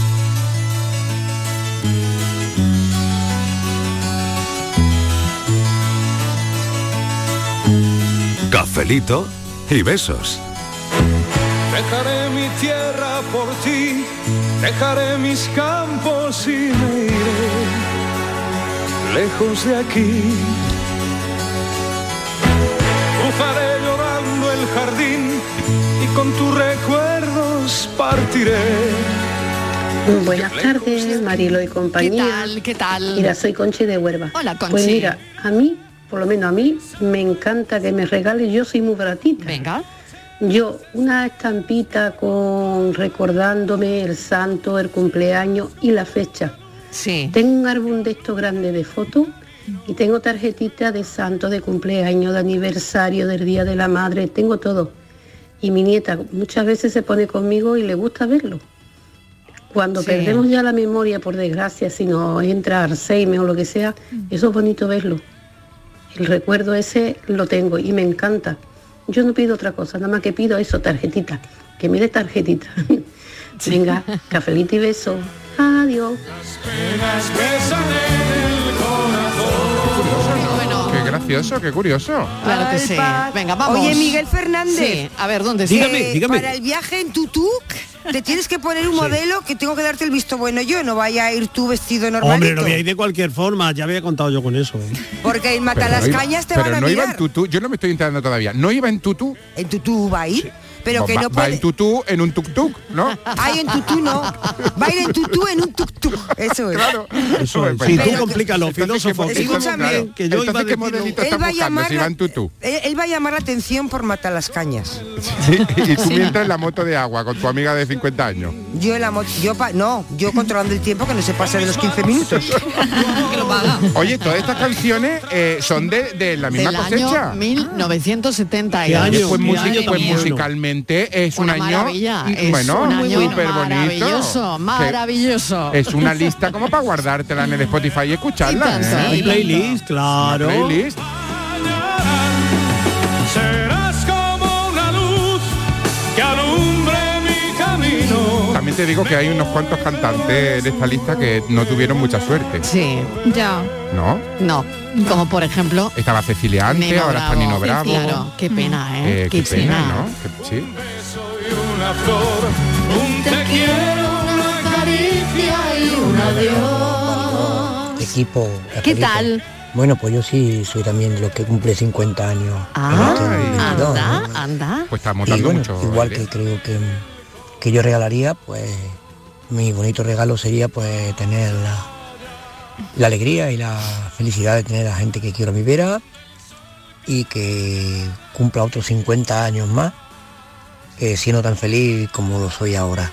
Speaker 10: Cafelito y besos.
Speaker 1: Dejaré mi tierra por ti, dejaré mis campos y me iré lejos de aquí. Cruzaré llorando el jardín y con tus recuerdos partiré.
Speaker 24: Buenas tardes, Marilo y compañía.
Speaker 3: ¿Qué tal? ¿Qué tal?
Speaker 24: Mira, soy Conchi de Huerva.
Speaker 3: Hola,
Speaker 24: Pues
Speaker 3: Conchi.
Speaker 24: mira, a mí, por lo menos a mí, me encanta que me regales, yo soy muy baratita.
Speaker 3: Venga.
Speaker 24: Yo, una estampita con recordándome el santo, el cumpleaños y la fecha.
Speaker 3: Sí.
Speaker 24: Tengo un álbum de estos grandes de fotos y tengo tarjetita de santo, de cumpleaños, de aniversario, del Día de la Madre, tengo todo. Y mi nieta muchas veces se pone conmigo y le gusta verlo. Cuando
Speaker 25: Sí.
Speaker 24: perdemos ya la memoria, por desgracia, si nos entra Alzheimer o lo que sea, eso es bonito verlo. El recuerdo ese lo tengo y me encanta. Yo no pido otra cosa, nada más que pido eso, tarjetita. Que mire tarjetita. Venga, cafelito y beso. Adiós.
Speaker 6: Qué gracioso, qué curioso.
Speaker 3: Claro que
Speaker 7: Ay,
Speaker 3: sí.
Speaker 7: Pat.
Speaker 3: Venga, vamos.
Speaker 7: Oye, Miguel Fernández.
Speaker 3: Sí, a ver, ¿dónde
Speaker 7: que
Speaker 3: sí?
Speaker 7: Para el viaje en tutuc te tienes que poner un
Speaker 5: Sí.
Speaker 7: modelo que tengo que darte el visto bueno yo, no vaya a ir tú vestido normalito.
Speaker 5: Hombre, no voy a ir de cualquier forma, ya había contado yo con eso. ¿eh?
Speaker 7: Porque en
Speaker 6: Pero no iba-
Speaker 7: Matalascañas te
Speaker 6: pero
Speaker 7: van a
Speaker 6: no iba en
Speaker 7: mirar.
Speaker 6: tutú, yo no me estoy enterando todavía. No iba en tutú.
Speaker 7: En tutú va a ir, pero que
Speaker 6: va,
Speaker 7: no
Speaker 6: va
Speaker 7: puede-
Speaker 6: en tutú en un tuk-tuk, ¿no?
Speaker 7: Ay, en tutú no. Va a ir en tutú en un tuk-tuk. Eso es.
Speaker 6: Claro.
Speaker 5: Eso es.
Speaker 6: Bueno,
Speaker 5: Si
Speaker 6: pero
Speaker 5: tú
Speaker 6: que-
Speaker 5: complicas los filósofos, que-
Speaker 7: Escúchame.
Speaker 5: claro, que yo iba a
Speaker 6: Entonces, ¿qué
Speaker 5: decir-
Speaker 6: modelito
Speaker 7: Él
Speaker 6: está
Speaker 7: va a
Speaker 6: buscando? Si
Speaker 7: llamar
Speaker 6: va
Speaker 7: la-
Speaker 6: en tutú.
Speaker 7: Él, él va a llamar la atención por Matalascañas.
Speaker 6: Sí, y tú
Speaker 7: Sí.
Speaker 6: mientras en la moto de agua con tu amiga de 50 años.
Speaker 7: Yo el amor, yo pa- no, yo controlando el tiempo que no se pase de los 15 minutos.
Speaker 6: Oye, todas estas canciones eh, son de, de la misma
Speaker 3: del
Speaker 6: cosecha.
Speaker 3: año 1970.
Speaker 6: Oye, pues,
Speaker 3: Qué
Speaker 6: musi-
Speaker 3: año.
Speaker 6: pues musicalmente es
Speaker 3: Una
Speaker 6: un año
Speaker 3: maravilla, es
Speaker 6: bueno,
Speaker 3: un año
Speaker 6: súper bonito.
Speaker 3: maravilloso, maravilloso.
Speaker 6: Que Es una lista como para guardártela en el Spotify y escucharla.
Speaker 3: Y tanto,
Speaker 6: ¿eh?
Speaker 3: y Hay playlist,
Speaker 5: claro.
Speaker 6: Una playlist.
Speaker 1: Serás como una luz que alumbre mi camino.
Speaker 6: También te digo que hay unos cuantos cantantes de esta lista que no tuvieron mucha suerte.
Speaker 3: Sí.
Speaker 8: Ya.
Speaker 6: ¿No?
Speaker 3: No, como por ejemplo
Speaker 6: Estaba Cecilia Ante,
Speaker 3: Nino
Speaker 6: ahora está Nino
Speaker 3: Bravo.
Speaker 6: Bravo.
Speaker 3: Sí, claro, qué pena, ¿eh?
Speaker 6: Eh, qué,
Speaker 3: Qué
Speaker 6: pena,
Speaker 3: pena.
Speaker 6: ¿no? Que- sí.
Speaker 1: una flor, un te quiero, una caricia y un adiós.
Speaker 26: Equipo.
Speaker 3: ¿Qué
Speaker 26: Cafelito.
Speaker 3: tal?
Speaker 26: Bueno, pues yo sí soy también de los que cumple 50 años.
Speaker 3: Ah,
Speaker 26: Ahora estoy en 22,
Speaker 3: anda,
Speaker 26: ¿no?
Speaker 3: anda.
Speaker 6: Pues estamos
Speaker 26: Y
Speaker 6: dando
Speaker 26: bueno,
Speaker 6: mucho.
Speaker 26: igual
Speaker 6: baile.
Speaker 26: que creo que, que yo regalaría, pues mi bonito regalo sería pues tener la, la alegría y la felicidad de tener a gente que quiero a mi vera y que cumpla otros 50 años más eh, siendo tan feliz como lo soy ahora.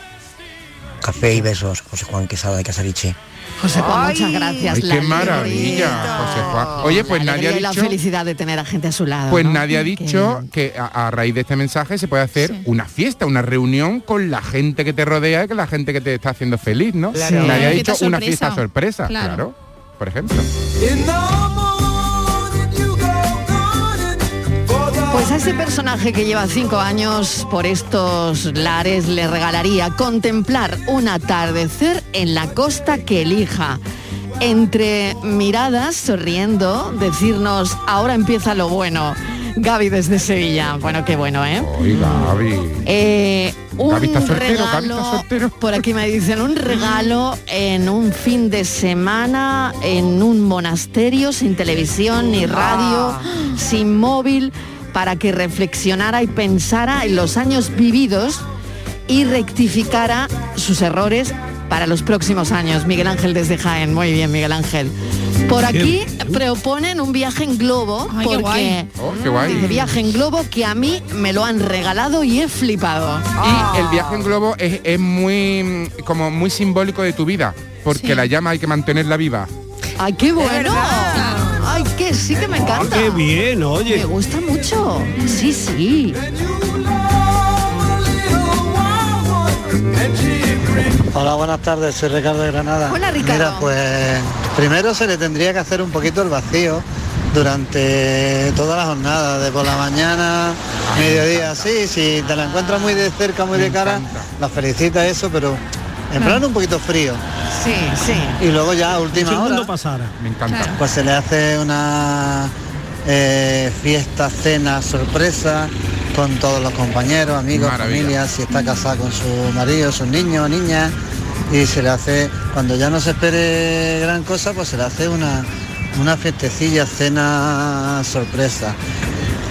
Speaker 26: Café y besos, José Juan Quesada de Casariche.
Speaker 3: José Juan, muchas gracias.
Speaker 6: Ay,
Speaker 3: la
Speaker 6: qué maravilla, José Juan. Oye, pues
Speaker 3: la
Speaker 6: nadie
Speaker 3: alegría y
Speaker 6: ha
Speaker 3: la
Speaker 6: dicho,
Speaker 3: felicidad de tener a gente a su lado.
Speaker 6: pues
Speaker 3: Ah, ¿no?
Speaker 6: nadie ha
Speaker 3: Que-
Speaker 6: dicho que a, a raíz de este mensaje se puede hacer una fiesta, una reunión con la gente que te rodea y con la gente que te está haciendo feliz, ¿no?
Speaker 1: Claro. Sí.
Speaker 6: Nadie ha dicho
Speaker 1: Una fiesta
Speaker 6: una
Speaker 1: sorpresa.
Speaker 6: fiesta sorpresa,
Speaker 1: Claro.
Speaker 6: claro. Por ejemplo.
Speaker 3: Pues a ese personaje que lleva cinco años por estos lares le regalaría contemplar un atardecer en la costa que elija. Entre miradas, sonriendo, decirnos, ahora empieza lo bueno. Gaby desde Sevilla. Bueno, qué bueno, ¿eh?
Speaker 6: Oiga, Gaby.
Speaker 3: Eh, un
Speaker 6: Gaby está soltero, Gaby
Speaker 3: regalo, por aquí me dicen, un regalo en un fin de semana, en un monasterio, sin televisión
Speaker 8: Ah.
Speaker 3: ni radio, sin móvil, para que reflexionara y pensara en los años vividos y rectificara sus errores para los próximos años. Miguel Ángel desde Jaén, muy bien Miguel Ángel. Por aquí proponen un viaje en globo,
Speaker 8: Ay, qué
Speaker 3: porque
Speaker 8: guay.
Speaker 6: Oh, qué guay.
Speaker 3: Dice, viaje en globo que a mí me lo han regalado y he flipado.
Speaker 6: Y el viaje en globo es, es muy mm, como muy simbólico de tu vida, porque
Speaker 3: Sí.
Speaker 6: la llama hay que mantenerla viva.
Speaker 3: ¡Ay, Ah, qué bueno! ¡Ay, que sí que
Speaker 6: Ah,
Speaker 3: me encanta!
Speaker 5: qué bien, oye.
Speaker 3: Me gusta mucho. Sí, sí.
Speaker 27: Hola, buenas tardes, soy Ricardo de Granada.
Speaker 3: Hola, Ricardo.
Speaker 27: Mira, pues primero se le tendría que hacer un poquito el vacío durante toda la jornada, de por la mañana, mediodía, sí, si te la encuentras muy de cerca, muy de cara, la felicita eso, pero en plan un poquito frío.
Speaker 3: Sí, sí.
Speaker 27: Y luego ya a
Speaker 5: Si el
Speaker 27: última hora,
Speaker 5: mundo pasara.
Speaker 6: Me encanta.
Speaker 27: pues se le hace una eh, fiesta, cena, sorpresa con todos los compañeros, amigos,
Speaker 6: Maravilla.
Speaker 27: familia, si está casada con su marido, sus niños, niñas, y se le hace, cuando ya no se espere gran cosa, pues se le hace una, una fiestecilla, cena, sorpresa.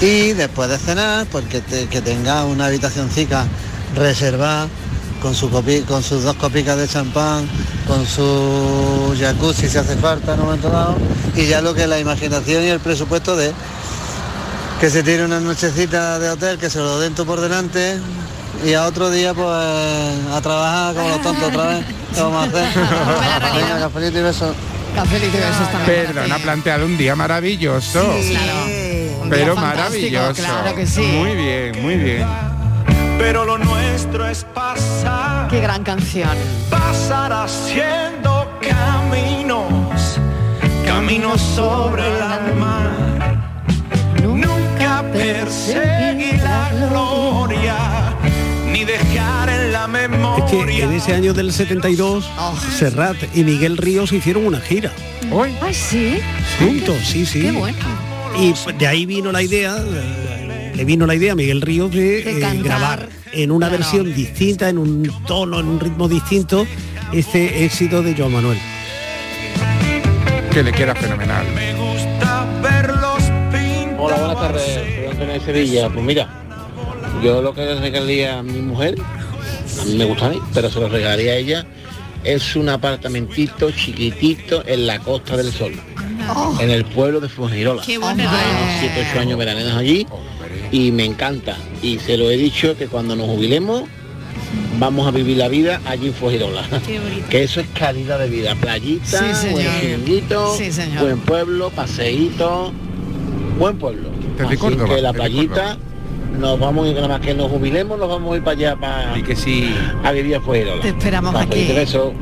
Speaker 27: Y después de cenar, porque que tenga una habitacioncica reservada con, su copi- con sus dos copicas de champán, con su jacuzzi si hace falta en un momento dado, y ya lo que la imaginación y el presupuesto de que se tiene una nochecita de hotel, que se lo den tú por delante, y a otro día pues a trabajar como los tontos otra vez, ¿qué vamos a hacer? Venga, cafelito y besos.
Speaker 3: Cafelito y besos también.
Speaker 6: Perdón, ha planteado un día maravilloso.
Speaker 3: Un día
Speaker 6: Pero
Speaker 3: fantástico,
Speaker 6: maravilloso.
Speaker 3: Claro que sí.
Speaker 6: Muy bien, muy bien.
Speaker 1: Pero lo nuestro es pasar.
Speaker 3: Qué gran canción.
Speaker 1: Pasar haciendo caminos, caminos sobre el alma. Nunca perseguir la gloria, ni dejar en la memoria.
Speaker 5: Es que en ese año del 72, Serrat y Miguel Ríos hicieron una gira.
Speaker 6: Hoy.
Speaker 3: Ay, Ah, sí.
Speaker 5: Juntos, sí, sí.
Speaker 3: Qué bueno.
Speaker 5: Y de ahí vino la idea, eh, le vino la idea a Miguel Ríos de,
Speaker 3: De
Speaker 5: eh,
Speaker 3: cantar.
Speaker 5: grabar en una versión distinta, en un tono, en un ritmo distinto, este éxito de Joan Manuel.
Speaker 6: Que le queda fenomenal.
Speaker 28: Hola, buenas tardes, soy Antonio de Sevilla. Pues mira, yo lo que le regalaría a mi mujer, a mí me gusta a mí, pero se lo regalaría a ella, es un apartamentito chiquitito en la Costa del Sol,
Speaker 29: Oh,
Speaker 3: Oh.
Speaker 28: en el Ah, pueblo de Fuengirola.
Speaker 11: Qué bueno.
Speaker 28: Hay 7, 8 años veraneros allí y me encanta. Y se lo he dicho que cuando nos jubilemos,
Speaker 29: vamos a vivir la vida allí en Fuengirola.
Speaker 3: Qué bonito.
Speaker 29: Que eso es calidad de vida. Playita,
Speaker 3: Sí, señor.
Speaker 29: buen chiringuito,
Speaker 3: Sí, señor.
Speaker 29: buen pueblo, paseíto, buen pueblo.
Speaker 6: Desde
Speaker 29: Así
Speaker 6: Córdoba,
Speaker 29: que la
Speaker 6: desde
Speaker 29: playita, nos vamos a ir nada más que nos jubilemos, nos vamos a ir para allá para
Speaker 6: que sí.
Speaker 29: a vivir a Fuengirola.
Speaker 3: Te esperamos
Speaker 29: Para
Speaker 3: aquí.
Speaker 29: pedirte beso.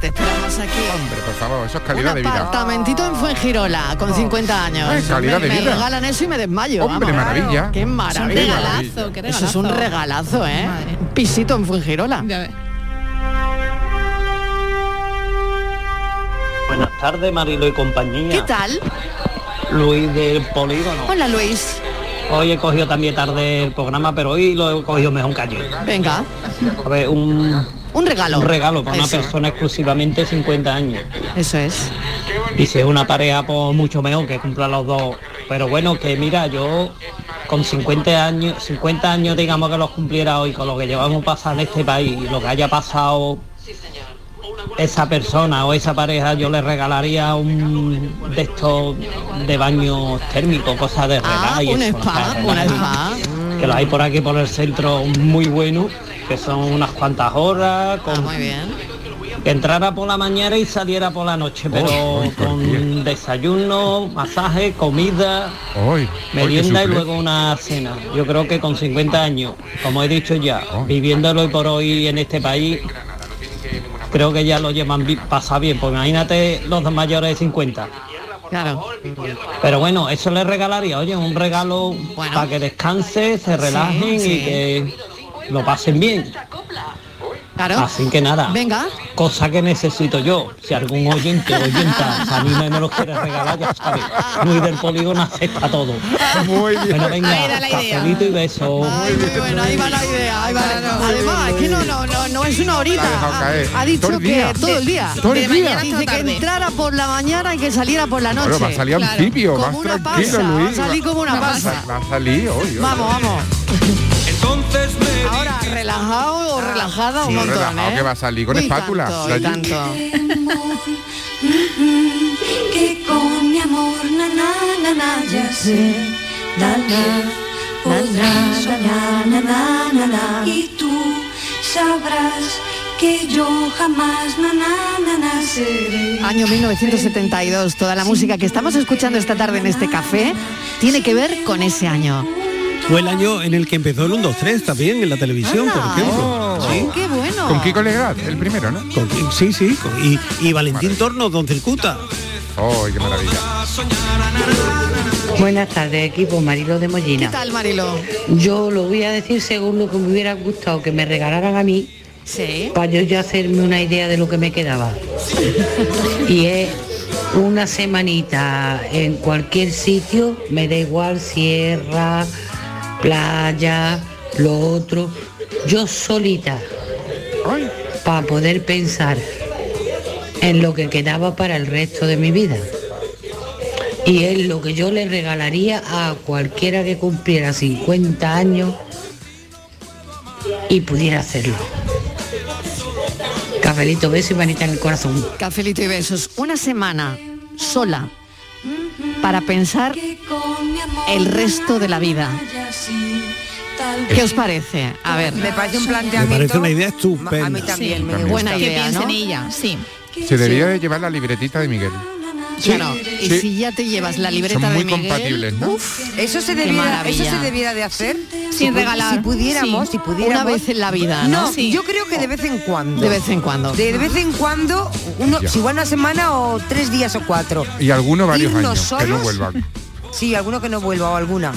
Speaker 3: Te esperamos aquí.
Speaker 6: Hombre, por favor, eso es calidad de vida.
Speaker 3: Apartamentito en Fuengirola, con 50 años.
Speaker 6: Ah. Ay, calidad
Speaker 3: me,
Speaker 6: de
Speaker 3: me
Speaker 6: vida.
Speaker 3: regalan eso y me desmayo.
Speaker 6: Hombre,
Speaker 3: vamos.
Speaker 6: maravilla.
Speaker 3: Qué maravilla.
Speaker 6: Es un regalazo, qué
Speaker 3: Eso es un regalazo, ¿eh? Pisito en Fuengirola.
Speaker 11: Buenas tardes, Marilo y compañía.
Speaker 3: ¿Qué tal?
Speaker 11: Luis del Polígono.
Speaker 3: Hola, Luis.
Speaker 11: Hoy he cogido también tarde el programa, pero hoy lo he cogido mejor que ayer.
Speaker 3: Venga,
Speaker 11: A ver, un,
Speaker 3: un regalo.
Speaker 11: un regalo para una
Speaker 3: Eso.
Speaker 11: persona exclusivamente 50 años.
Speaker 3: Eso es.
Speaker 11: Y si es una pareja, pues mucho mejor que cumpla los dos. Pero bueno, que mira, yo con 50 años, 50 años digamos que los cumpliera hoy, con lo que llevamos pasado en este país, y lo que haya pasado esa persona o esa pareja, yo le regalaría un de estos de baños térmicos, cosas de
Speaker 3: Ah,
Speaker 11: relax y
Speaker 3: un
Speaker 11: eso,
Speaker 3: spa,
Speaker 11: cosas de
Speaker 3: un
Speaker 11: relax
Speaker 3: spa.
Speaker 1: Mm.
Speaker 11: que los hay por aquí por el centro muy bueno, que son unas cuantas horas, con que entrara por la mañana y saliera por la noche, pero con desayuno, masaje, comida, merienda y
Speaker 28: sufre.
Speaker 11: luego una cena. Yo creo que con 50 años, como he dicho ya, viviéndolo hoy por hoy en este país, creo que ya lo llevan bi- pasa bien, pues imagínate los dos mayores de 50.
Speaker 3: Claro.
Speaker 11: Pero bueno, eso le regalaría, oye, un regalo para que descanse, se relajen
Speaker 3: sí.
Speaker 11: y que lo pasen bien.
Speaker 3: Claro.
Speaker 11: Así que nada.
Speaker 3: Venga.
Speaker 11: Cosa que necesito yo. Si algún oyente o oyenta se anima y me lo quiere regalar, ya sabes. Muy del polígono acepta todo. Muy bien. Bueno,
Speaker 3: Ahí
Speaker 11: venga,
Speaker 3: era la idea.
Speaker 11: cafelito y beso.
Speaker 3: Bueno, ahí va la idea, ahí va. Además, es que no, no, no, no es una horita.
Speaker 11: La ha dejado
Speaker 3: Ha-
Speaker 11: caer.
Speaker 3: Ha dicho
Speaker 11: Todo el
Speaker 3: que
Speaker 11: día.
Speaker 3: todo el día.
Speaker 11: Todo el De día. mañana
Speaker 3: Dice
Speaker 11: hasta
Speaker 3: que
Speaker 11: tarde.
Speaker 3: entrara por la mañana y que saliera por la noche.
Speaker 6: Bueno, va a salir anfibio,
Speaker 3: Como
Speaker 6: más
Speaker 3: una
Speaker 6: tranquilo,
Speaker 3: pasa,
Speaker 6: Luis.
Speaker 3: Va a salir como una pasa.
Speaker 6: Va a salir hoy. hoy.
Speaker 3: Vamos, vamos.
Speaker 30: Entonces
Speaker 3: Ahora, relajado o
Speaker 11: Ah.
Speaker 3: relajada un
Speaker 6: Sí,
Speaker 3: montón,
Speaker 6: relajado,
Speaker 3: ¿eh?
Speaker 6: que va a salir con
Speaker 3: Uy,
Speaker 6: espátula.
Speaker 3: tanto, y
Speaker 6: Allí.
Speaker 3: tanto.
Speaker 1: que con mi amor na na na na ya sé nada podrá soñar na na na na y tú sabrás que yo jamás na na na na seré
Speaker 3: Año 1972, toda la música que estamos escuchando esta tarde en este café tiene que ver con ese año.
Speaker 5: Fue el año en el que empezó el 1-2-3 también en la televisión, por ejemplo. Sí.
Speaker 3: ¡Qué bueno!
Speaker 5: Oh. Con Kiko Legrand, el primero, ¿no? sí, sí. con- y, y Valentín Tornos, Don Circuta.
Speaker 6: ¡Oh, qué maravilla!
Speaker 25: Buenas tardes, equipo Marilo de Mollina.
Speaker 3: ¿Qué tal, Marilo?
Speaker 25: Yo lo voy a decir según lo que me hubiera gustado que me regalaran a mí para yo ya hacerme una idea de lo que me quedaba. y es una semanita en cualquier sitio, me da igual sierra, playa, lo otro, yo solita para poder pensar en lo que quedaba para el resto de mi vida. Y es lo que yo le regalaría a cualquiera que cumpliera 50 años y pudiera hacerlo. Cafelito, beso y manita en el corazón.
Speaker 3: Cafelito y besos. Una semana sola para pensar el resto de la vida. ¿Qué os parece? A ver.
Speaker 7: Me parece un
Speaker 5: Me
Speaker 7: planteamiento.
Speaker 5: parece una idea estupenda.
Speaker 7: A mí también, me
Speaker 5: También.
Speaker 7: gusta.
Speaker 3: Buena
Speaker 7: Que
Speaker 3: idea,
Speaker 7: piense
Speaker 3: ¿no?
Speaker 7: en
Speaker 3: ella, sí.
Speaker 6: Se debía de llevar la libretita de Miguel.
Speaker 3: Claro, y
Speaker 6: sí.
Speaker 3: si ya te llevas la libreta
Speaker 6: Son muy
Speaker 3: de Miguel,
Speaker 6: compatibles, ¿no?
Speaker 7: Eso se
Speaker 3: Qué
Speaker 7: debiera,
Speaker 3: maravilla.
Speaker 7: eso se debiera de hacer
Speaker 3: Sin
Speaker 7: pu-
Speaker 3: regalar.
Speaker 7: Si pudiéramos,
Speaker 3: Sí.
Speaker 7: si pudiéramos.
Speaker 3: Una vez en la vida, ¿no? Sí.
Speaker 7: yo creo que de vez en cuando.
Speaker 3: De vez en cuando.
Speaker 7: De vez en cuando, uno,
Speaker 6: Ya.
Speaker 7: si igual una semana o tres días o cuatro.
Speaker 6: Y algunos varios
Speaker 7: Irnos
Speaker 6: años que no
Speaker 7: solos.
Speaker 6: vuelvan.
Speaker 7: Sí, alguno que no vuelva o alguna.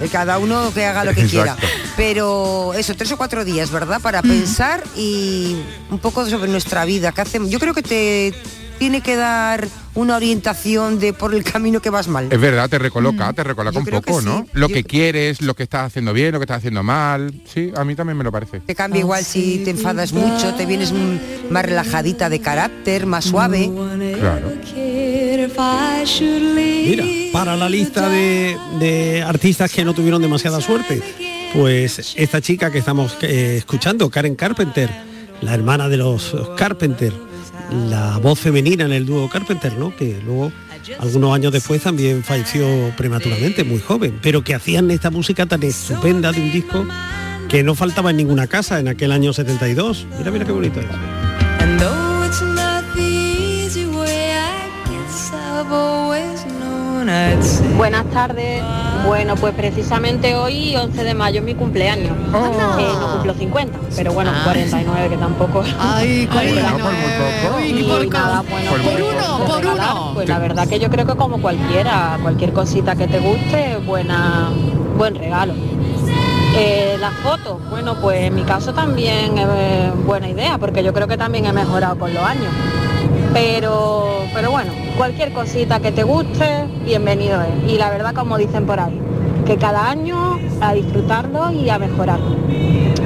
Speaker 7: Eh, Cada uno que haga lo que quiera.
Speaker 6: Exacto.
Speaker 7: Pero eso, tres o cuatro días, ¿verdad? Para pensar y un poco sobre nuestra vida. ¿Qué hacemos? Yo creo que te tiene que dar una orientación de por el camino que vas mal.
Speaker 6: Es verdad, te
Speaker 3: Mm.
Speaker 6: recoloca, te recoloca un poco, ¿no? Lo que quieres, lo que estás haciendo bien, lo que estás haciendo mal. Sí, a mí también me lo parece.
Speaker 7: Te cambia igual si te enfadas mucho, te vienes mm, más relajadita de carácter, más suave.
Speaker 6: Claro.
Speaker 5: Mira, para la lista de, de artistas que no tuvieron demasiada suerte, pues esta chica que estamos eh, escuchando, Karen Carpenter, la hermana de los Carpenter, la voz femenina en el dúo Carpenter, ¿no? Que luego algunos años después también falleció prematuramente, muy joven, pero que hacían esta música tan estupenda de un disco que no faltaba en ninguna casa en aquel año 72. Mira, mira qué bonito es.
Speaker 12: And though it's not the easy way, I guess I've always known I'd say.
Speaker 14: Buenas tardes. Bueno, pues precisamente hoy, 11 de mayo, es mi cumpleaños. Eh, no cumplo 50, pero bueno,
Speaker 3: Ah.
Speaker 14: 49, que tampoco... Ay, 49. Y nada, bueno,
Speaker 3: Por
Speaker 14: pues,
Speaker 3: uno,
Speaker 14: pues,
Speaker 3: por
Speaker 14: regalar,
Speaker 3: uno.
Speaker 14: Pues la verdad que yo creo que como cualquiera, cualquier cosita que te guste, buena, buen regalo. Eh, las fotos, bueno, pues en mi caso también es eh, buena idea, porque yo creo que también he mejorado con los años. Pero, pero bueno, cualquier cosita que te guste, bienvenido es. Y la verdad, como dicen por ahí, que cada año a disfrutarlo y a mejorarlo.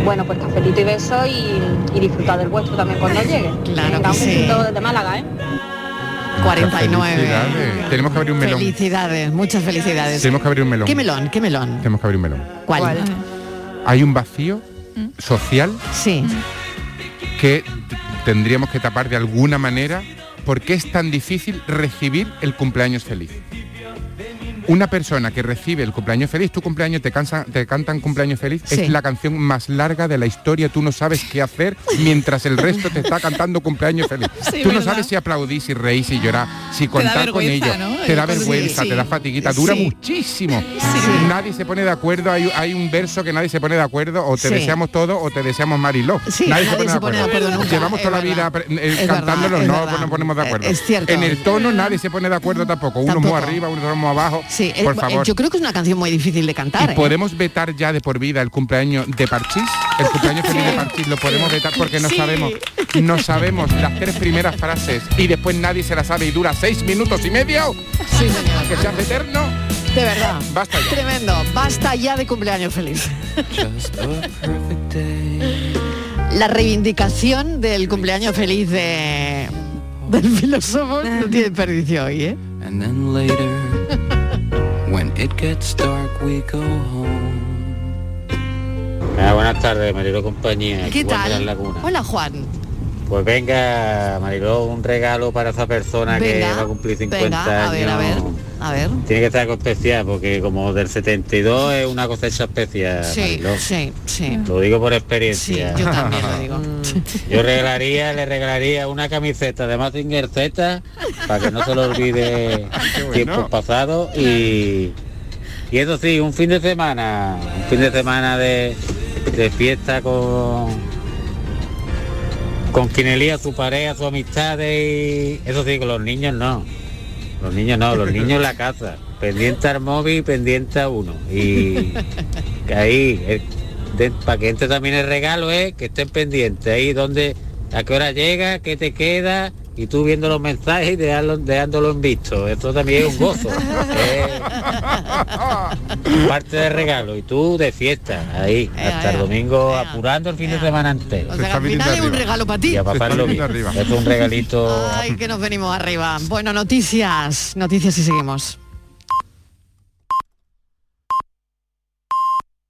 Speaker 14: Bueno, pues cafelito y beso y, y disfrutar del vuestro también cuando llegue.
Speaker 3: Claro
Speaker 14: Venga,
Speaker 3: que
Speaker 14: un
Speaker 3: sí.
Speaker 14: besito desde Málaga, ¿eh?
Speaker 3: 49.
Speaker 6: Tenemos que abrir un melón.
Speaker 3: Felicidades, muchas felicidades.
Speaker 6: Tenemos que abrir un melón.
Speaker 3: ¿Qué melón? ¿Qué melón?
Speaker 6: Tenemos que abrir un melón.
Speaker 3: ¿Cuál?
Speaker 6: Hay un vacío social
Speaker 3: Sí.
Speaker 6: que t- tendríamos que tapar de alguna manera porque es tan difícil recibir el cumpleaños feliz. Una persona que recibe el cumpleaños feliz, tu cumpleaños, te, cansa- te cantan cumpleaños feliz,
Speaker 3: Sí.
Speaker 6: es la canción más larga de la historia, tú no sabes qué hacer mientras el resto te está cantando cumpleaños feliz.
Speaker 15: Sí,
Speaker 6: tú no
Speaker 15: ¿verdad?
Speaker 6: sabes si aplaudir, si reír, si llorar, si
Speaker 15: da
Speaker 6: contar con
Speaker 15: vergüenza,
Speaker 6: ellos.
Speaker 15: ¿no?
Speaker 6: Te da
Speaker 15: Sí,
Speaker 6: vergüenza,
Speaker 15: sí.
Speaker 6: te da fatiguita, dura
Speaker 15: Sí.
Speaker 6: muchísimo. Nadie se pone de acuerdo, hay, hay un verso que nadie se pone de acuerdo, o te
Speaker 15: Sí.
Speaker 6: deseamos todo o te deseamos Mariló.
Speaker 15: Sí, nadie se pone de acuerdo nunca,
Speaker 6: Llevamos
Speaker 15: es
Speaker 6: toda
Speaker 15: verdad.
Speaker 6: la vida pre- eh,
Speaker 15: Es
Speaker 6: cantándolo,
Speaker 15: verdad, es
Speaker 6: no
Speaker 15: verdad.
Speaker 6: nos ponemos de acuerdo.
Speaker 15: Es cierto.
Speaker 6: En el tono nadie se pone de acuerdo tampoco. Uno muy
Speaker 3: Tampoco.
Speaker 6: arriba, uno muy abajo.
Speaker 3: Sí, eh,
Speaker 6: por
Speaker 3: eh,
Speaker 6: favor.
Speaker 3: yo creo que es una canción muy difícil de cantar.
Speaker 6: ¿Y
Speaker 3: ¿eh?
Speaker 6: podemos vetar ya de por vida el cumpleaños de Parchís? El cumpleaños feliz de Parchís lo podemos vetar porque no
Speaker 3: Sí.
Speaker 6: sabemos, no sabemos las tres primeras frases y después nadie se las sabe y dura seis minutos y medio.
Speaker 3: Sí, señor.
Speaker 6: Que se hace eterno.
Speaker 3: De verdad.
Speaker 6: Basta ya.
Speaker 3: Tremendo. Basta ya de cumpleaños feliz. La reivindicación del cumpleaños feliz de del filósofo no tiene perdición hoy, ¿eh?
Speaker 16: And then later, when it gets dark, we go home.
Speaker 28: Ah, buenas tardes, Mariló compañía.
Speaker 3: ¿Qué
Speaker 28: aquí Juan
Speaker 3: tal?
Speaker 28: de las Lagunas.
Speaker 3: Hola Juan.
Speaker 28: Pues venga, Mariló, un regalo para esa persona
Speaker 3: Venga,
Speaker 28: que va a cumplir 50
Speaker 3: Venga, a
Speaker 28: años.
Speaker 3: ver, a ver, a ver.
Speaker 28: Tiene que estar algo especial, porque como del 72 es una cosecha especial.
Speaker 3: Sí,
Speaker 28: Mariló.
Speaker 3: sí, sí.
Speaker 28: Lo digo por experiencia.
Speaker 3: Sí, yo también lo digo.
Speaker 28: Yo regalaría, le regalaría una camiseta de Mazinger Z para que no se lo olvide tiempos pasados y, y eso sí, un fin de semana, un fin de semana de, de fiesta con con quien elía su pareja, sus amistades y eso sí, con los niños no. Los niños no, los niños en la casa. Pendiente al móvil y pendiente a uno. Y que ahí, para que entre también el regalo es que estén pendientes. Ahí donde, a qué hora llega, qué te queda, y tú viendo los mensajes y dejarlo- dejándolo en visto. Esto también es un gozo. Es parte del regalo. Y tú de fiesta, ahí,
Speaker 3: Eh,
Speaker 28: hasta el domingo apurando el fin de semana entero.
Speaker 3: O sea, que al final es un regalo para ti.
Speaker 28: Y a pasarlo bien. Esto es un regalito
Speaker 3: Ay, que nos venimos arriba. Bueno, noticias, noticias y seguimos.